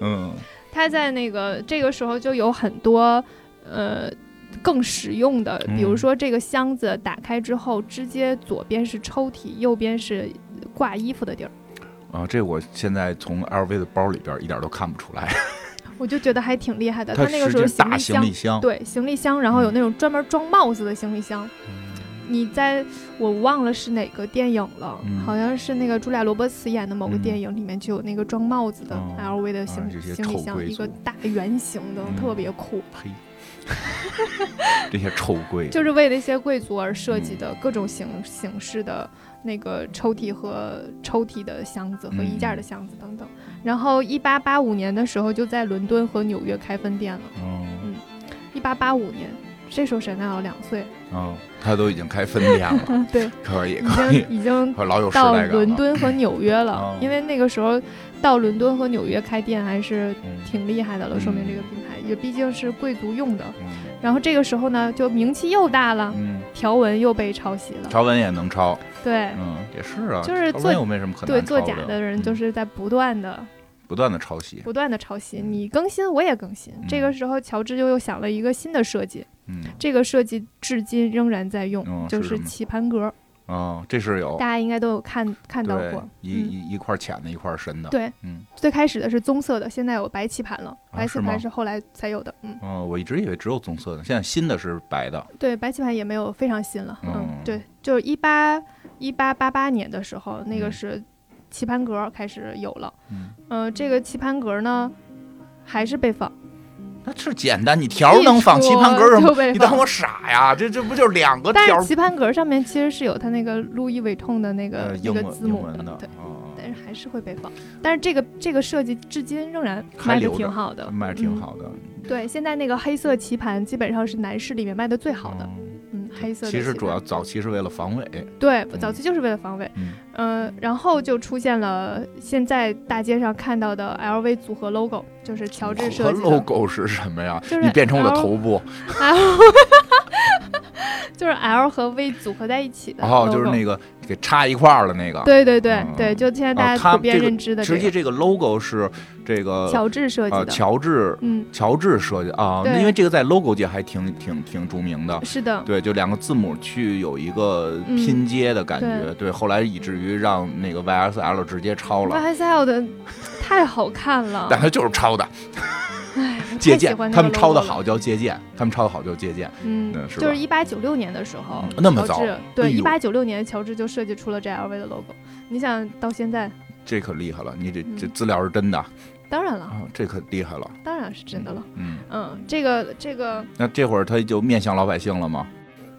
B: 嗯
A: 他在那个这个时候就有很多呃更实用的，比如
B: 嗯
A: 说这个箱子打开之后，直接左边是抽屉，右边是挂衣服的地儿，
B: 啊，这我现在从 LV 的包里边一点都看不出来。
A: 我就觉得还挺厉害的。
B: 它
A: 他那个
B: 是
A: 时候
B: 间
A: 行
B: 大
A: 李
B: 行
A: 箱
B: 李箱，
A: 对，行李箱，然后有
B: 嗯
A: 那种专门装帽子的行李箱。你在我忘了是哪个电影了，
B: 嗯
A: 好像是那个茱莉亚·罗伯茨演的某个
B: 嗯
A: 电影，里面就有那个装帽子的
B: 哦
A: LV 的行、
B: 啊这些
A: 行李
B: 臭
A: 箱，
B: 贵
A: 一个
B: 族
A: 大圆形的，
B: 嗯
A: 特别酷，
B: 呸！这些臭贵
A: 就是为了一些贵族而设计
B: 嗯
A: 的各种形、形式的那个抽屉和抽屉的箱子和
B: 嗯
A: 衣架的箱子等等。然后，一八八五年的时候就在伦敦和纽约开分店了。
B: 嗯
A: 一八八五年，这时候沈奈尔两岁，
B: 嗯，他都已经开分店了，
A: 嗯，对，
B: 可以
A: 已
B: 可以
A: 经，已经
B: 可老有时
A: 到
B: 代感了。
A: 伦敦和纽约了
B: 哦，
A: 因为那个时候到伦敦和纽约开店还是
B: 嗯
A: 挺厉害的了，
B: 嗯
A: 说明这个品牌也毕竟是贵族用的。
B: 嗯
A: 然后这个时候呢，就名气又大了，
B: 嗯，
A: 条纹又被抄袭了。
B: 条纹也能抄，
A: 对
B: 嗯，也是啊，
A: 就是
B: 条
A: 做
B: 纹又没什么可
A: 对，
B: 难抄
A: 做假的人
B: 嗯
A: 就是在不断的、
B: 不断的抄袭，
A: 不断的抄袭，你更新我也更新。
B: 嗯
A: 这个时候，乔治就又想了一个新的设计，
B: 嗯
A: 这个设计至今仍然在用，
B: 哦
A: 就是
B: 什
A: 是
B: 么
A: 棋盘格，
B: 哦，这是有
A: 大家应该都有看看到
B: 对
A: 过。
B: 一
A: 嗯
B: 一一块浅的，一块深的，
A: 对，
B: 嗯，
A: 最开始的是棕色的，现在有白棋盘了。
B: 啊
A: 白棋
B: 是吗
A: 盘是后来才有的，嗯，
B: 哦，我一直以为只有棕色的，现在新的是白的，
A: 对，白棋盘也没有非常新了，嗯，
B: 嗯
A: 对，就是一八一八八八年的时候，那个
B: 嗯
A: 是棋盘格开始有了，
B: 嗯，
A: 嗯、这个棋盘格呢还是被仿，
B: 那是简单，你条儿能放，
A: 一
B: 棋
A: 说
B: 盘格儿什么？
A: 就被
B: 你当
A: 仿
B: 我傻呀？这这不就是两个
A: 但
B: 条
A: 是
B: 儿？
A: 棋盘格上面其实是有它那个路易伟痛的那个、
B: 呃，
A: 那
B: 英
A: 个
B: 文
A: 字
B: 英
A: 母
B: 文的
A: 对，
B: 哦
A: 但是还是会被仿。但是这个这个设计至今仍然
B: 还
A: 卖的
B: 留
A: 挺
B: 着
A: 好的，
B: 卖挺好的，
A: 嗯。对，现在那个黑色棋盘基本上是男士里面卖的最好的，
B: 嗯。
A: 嗯，黑色的
B: 其
A: 棋
B: 实
A: 盘
B: 主要早期是为了防伪，
A: 对，
B: 嗯
A: 早期就是为了防伪，
B: 嗯
A: 嗯、然后就出现了现在大街上看到的 LV 组合 logo，就是乔治设
B: 和
A: 计的
B: logo 是什么呀？
A: 就是
B: 你变成我的
A: L-
B: 头部
A: L，就是 L 和 V 组合在一起的 logo，
B: 哦，就是那个给插一块儿的那个。，
A: 对对对、
B: 嗯
A: 对，就现在大
B: 啊
A: 家
B: 他
A: 普遍
B: 这个
A: 认知的这
B: 实
A: 个、
B: 际这个 logo 是这个
A: 乔治设计
B: 呃
A: 的，
B: 乔治
A: 嗯，
B: 乔治设计啊，
A: 对
B: 那因为这个在 logo 界还挺挺挺著名的。
A: 是的，
B: 对，就两个字母去有一个
A: 嗯
B: 拼接的感觉，对，后来以至于让那个 YSL 直接抄了，
A: YSL 的太好看 了，
B: 但他就是抄的，
A: 哎，我太
B: 借
A: 喜
B: 鉴
A: 欢，那
B: 他
A: 个
B: 们抄的
A: logo 了
B: 好叫借鉴，他们抄的好叫借鉴，
A: 嗯
B: 嗯，是
A: 就是
B: 吧嗯
A: 一八九六年的时候，
B: 那么
A: 乔
B: 早
A: 治对，
B: 哎
A: 一
B: 呦
A: 八九六年乔治就设计出了这 LV 的 logo。你想到现在，
B: 这可厉害了，你这这
A: 嗯
B: 资料是真的
A: 当然了，
B: 啊，这可厉害了，
A: 当然是真的了。
B: 嗯，
A: 嗯，这个这个
B: 那这会儿他就面向老百姓了吗？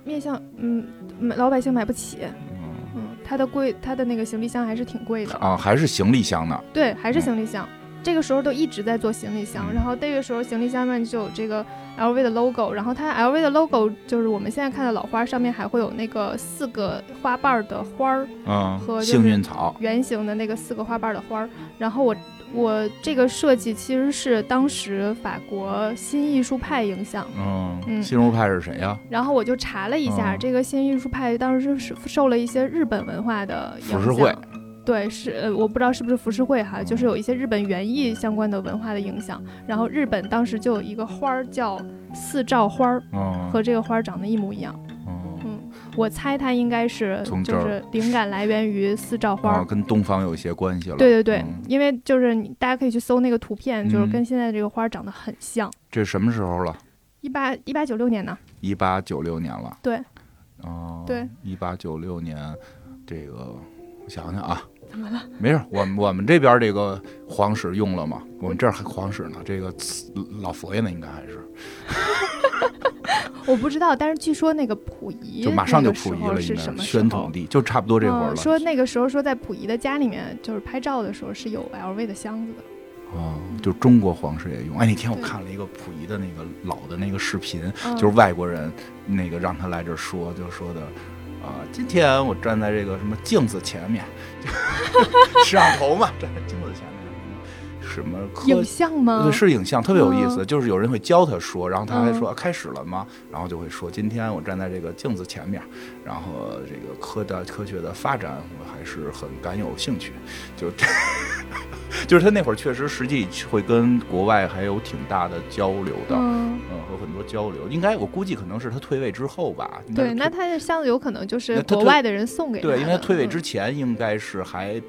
A: 面向嗯买老百姓买不起，
B: 嗯
A: 嗯，它的贵，它的那个行李箱还是挺贵的，
B: 啊，还是行李箱呢？
A: 对，还是行李箱。这个时候都一直在做行李箱，
B: 嗯
A: 然后这个时候行李箱上面就有这个 LV 的 logo，然后它 LV 的 logo 就是我们现在看的老花，上面还会有那个四个花瓣儿的花儿，
B: 嗯
A: 和，就是
B: 幸运草，
A: 圆形的那个四个花瓣的花儿。然后我我这个设计其实是当时法国新艺术派影响。嗯
B: 嗯，新入派是谁呀？
A: 然后我就查了一下，
B: 哦
A: 这个新艺术派当时是受了一些日本文化的影响。
B: 浮世绘嗯
A: 对，是呃，我不知道是不是浮世绘哈，就是有一些日本园艺相关的文化的影响。然后日本当时就有一个花儿叫四照花儿，
B: 嗯，
A: 和这个花儿长得一模一样。
B: 嗯
A: 嗯，我猜它应该是
B: 从这
A: 就
B: 儿
A: 是灵感来源于四照花儿
B: 啊，。跟东方有一些关系了。
A: 对对对，
B: 嗯
A: 因为就是你大家可以去搜那个图片，就是
B: 嗯
A: 跟现在这个花儿长得很像。
B: 这什么时候了？
A: 一八一八九六年呢，
B: 一八九六年了。
A: 对。
B: 哦。
A: 对。
B: 一八九六年，这个我想想啊，
A: 怎么了？
B: 没事儿，我们我们这边这个皇室用了吗？我们这儿还皇室呢，这个老佛爷呢应该还是
A: 我不知道，但是据说那个溥仪
B: 就马上就
A: 那个时
B: 溥
A: 候
B: 仪了，应
A: 是
B: 该
A: 什么时候
B: 宣统帝，就差不多这会儿
A: 嗯
B: 了。
A: 说那个时候说在溥仪的家里面，就是拍照的时候是有 LV 的箱子的。
B: 哦，就中国皇室也用。哎，那天我看了一个溥仪的那个老的那个视频，
A: 嗯、
B: 就是外国人那个让他来这儿说，就说的啊、今天我站在这个什么镜子前面，摄像头嘛，站在镜子前面，什么科
A: 影像吗？
B: 是影像，特别有意思。
A: 嗯
B: 就是有人会教他说，然后他还
A: 嗯
B: 说、啊开始了吗？然后就会说今天我站在这个镜子前面，然后这个科的科学的发展，我还是很感有兴趣。就 就是他那会儿确实实际会跟国外还有挺大的交流的，嗯，
A: 嗯，
B: 有很多交流。应该我估计可能是他退位之后吧。应该
A: 对，
B: 是
A: 那他的箱子有可能就是
B: 那他
A: 国
B: 退
A: 外的人送给他的。
B: 对，因为他退位
A: 嗯
B: 之前应该是还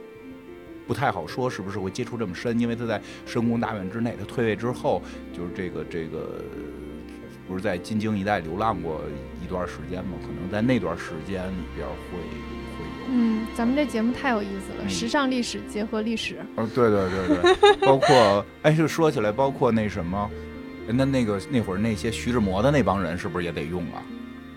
B: 不太好说是不是会接触这么深，因为他在深宫大院之内。他退位之后，就是这个这个不是在金京一带流浪过一段时间吗？可能在那段时间里边会会有。
A: 嗯，咱们这节目太有意思了，
B: 嗯
A: 时尚历史结合历史，
B: 哦，对对对对，包括哎，就说起来，包括那什么。那那个那会儿那些徐志摩的那帮人是不是也得用啊？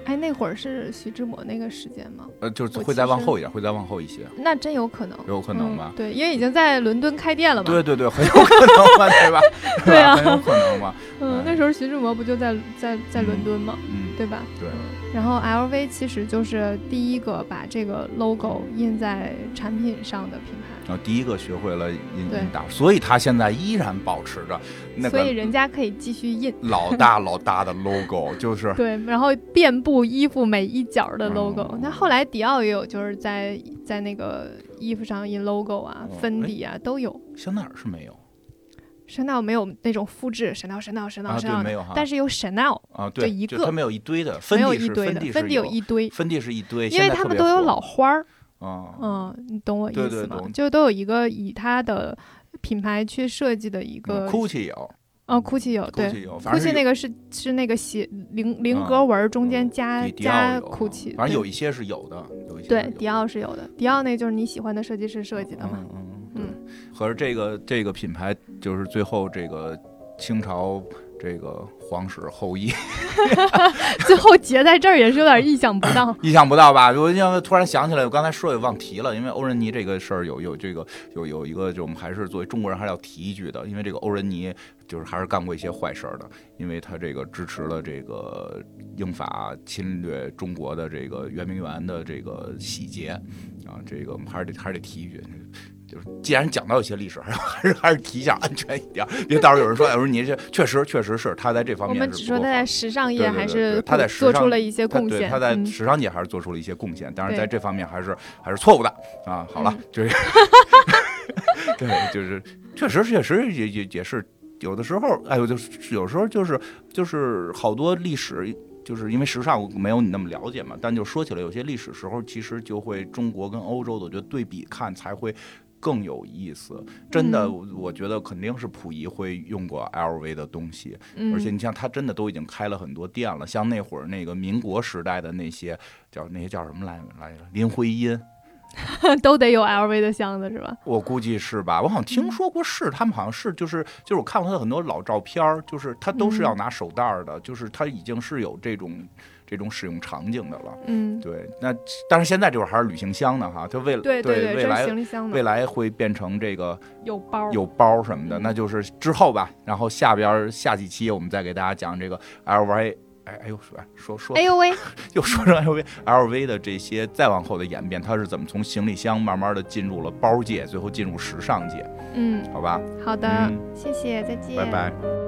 A: 哎，那会儿是徐志摩那个时间吗？
B: 呃，就是
A: 我
B: 会
A: 其
B: 再往
A: 实
B: 后一点，会再往后一些，
A: 那真有可能，
B: 有可能吧
A: 嗯？对，因为已经在伦敦开店了嘛。
B: 对对对，很有可能吧， 对吧？是吧
A: 对啊
B: 很有可能吧。
A: 嗯，那时候徐志摩不就在在在伦敦吗？
B: 嗯，
A: 对吧？
B: 对，
A: 然后 LV 其实就是第一个把这个 logo 印在产品上的品牌，
B: 然后第一个学会了印
A: 对
B: 印打，所以他现在依然保持着那
A: 所以
B: 个
A: 人家可以继续印。
B: 老大 老大的 logo，就是
A: 对，然后遍布衣服每一角的 logo
B: 哦。
A: 那后来迪奥也有，就是在在那个衣服上印 logo 啊
B: 哦、
A: 芬迪啊都有。
B: 香奈儿是没有
A: 神奈没有那种复制，神奈神奈神奈
B: 啊，
A: 神
B: 对，
A: 奈
B: 没，有哈，
A: 但是有神奈，
B: 啊，对，
A: 就一
B: 就
A: 个
B: 他没有一堆的，芬
A: 没有
B: 迪
A: 一
B: 是
A: 堆的，芬
B: 迪
A: 迪
B: 有
A: 有，一堆，
B: 芬迪是一堆，
A: 因为
B: 现在
A: 他
B: 特
A: 们
B: 别
A: 都有
B: 火
A: 老花儿，
B: 啊，
A: 嗯，你懂我意
B: 对对
A: 思吗？
B: 懂
A: 就都有一个以它的品牌去设计的一个，
B: ，GUCCI 有
A: 哦，GUCCI 有对
B: ，GUCCI 有，反正
A: GUCCI
B: 是
A: 那个是是那个斜菱菱
B: 啊
A: 格纹儿中间
B: 嗯
A: 加、
B: 有迪迪奥
A: 加
B: 有啊
A: GUCCI，
B: 反正有
A: 对
B: 一些是有的，有一些
A: 对
B: 是有
A: 迪
B: 的
A: 奥是有的，迪奥那就是你喜欢的设计师设计的嘛，
B: 嗯
A: 嗯
B: 嗯，对。合着这个这个品牌就是最后这个清朝这个皇室后裔，，
A: 最后结在这儿也是有点意想不到
B: 意想不到吧？我因为突然想起来，我刚才说也忘提了，因为欧仁妮这个事儿有有这个有有一个，就我们还是作为中国人还是要提一句的，因为这个欧仁妮就是还是干过一些坏事儿的，因为他这个支持了这个英法侵略中国的这个圆明园的这个洗劫啊，这个我们还是得还是得提一句。就是既然讲到一些历史，还 是还是还是提一下安全一点，别到时候有人说，哎有时候你这确实确实是他在这嗯方
A: 我
B: 面
A: 们只
B: 是不
A: 说
B: 够
A: 他
B: 好
A: 在时尚业
B: 对对对
A: 还
B: 对
A: 是
B: 他在
A: 贡
B: 时
A: 做出
B: 尚
A: 了一些
B: 他
A: 贡
B: 对
A: 献，
B: 他在
A: 嗯
B: 时尚界还是做出了一些贡献，但是
A: 对嗯
B: 在这方面还是还是错误的啊。好了， 就是，对，就是确实确实也也也是有的时候，哎呦，就是有时候就是就是好多历史。就是因为时尚我没有你那么了解嘛，但就说起来有些历史时候，其实就会中国跟欧洲的，我觉得对比看才会更有意思。真的，
A: 嗯
B: 我我觉得肯定是溥仪会用过 LV 的东西，
A: 嗯
B: 而且你像他真的都已经开了很多店了，像那会儿那个民国时代的那些叫那些叫什么来来着？林徽因，
A: 都得有 LV 的箱子是吧？
B: 我估计是吧？我好像
A: 嗯
B: 听说过是，他们好像是就是就是我看过他的很多老照片儿，就是他都是要
A: 嗯
B: 拿手袋儿的，就是他已经是有这种这种使用场景的了。
A: 嗯，
B: 对，那但是现在这会儿还是旅行箱呢哈，他为了
A: 对对，
B: 未
A: 这是
B: 来
A: 行李箱
B: 未
A: 的，
B: 来会变成这个
A: 有包，
B: 有包什么的，
A: 嗯
B: 那就是之后吧。然后下边儿下几期我们再给大家讲这个 LV。哎哎呦，说说
A: 哎呦喂，
B: 又说成 LV LV 的这些再往后的演变，它是怎么从行李箱慢慢的进入了包界，最后进入时尚界，
A: 嗯，
B: 好吧？
A: 好的，
B: 嗯
A: 谢谢，再见，
B: 拜拜。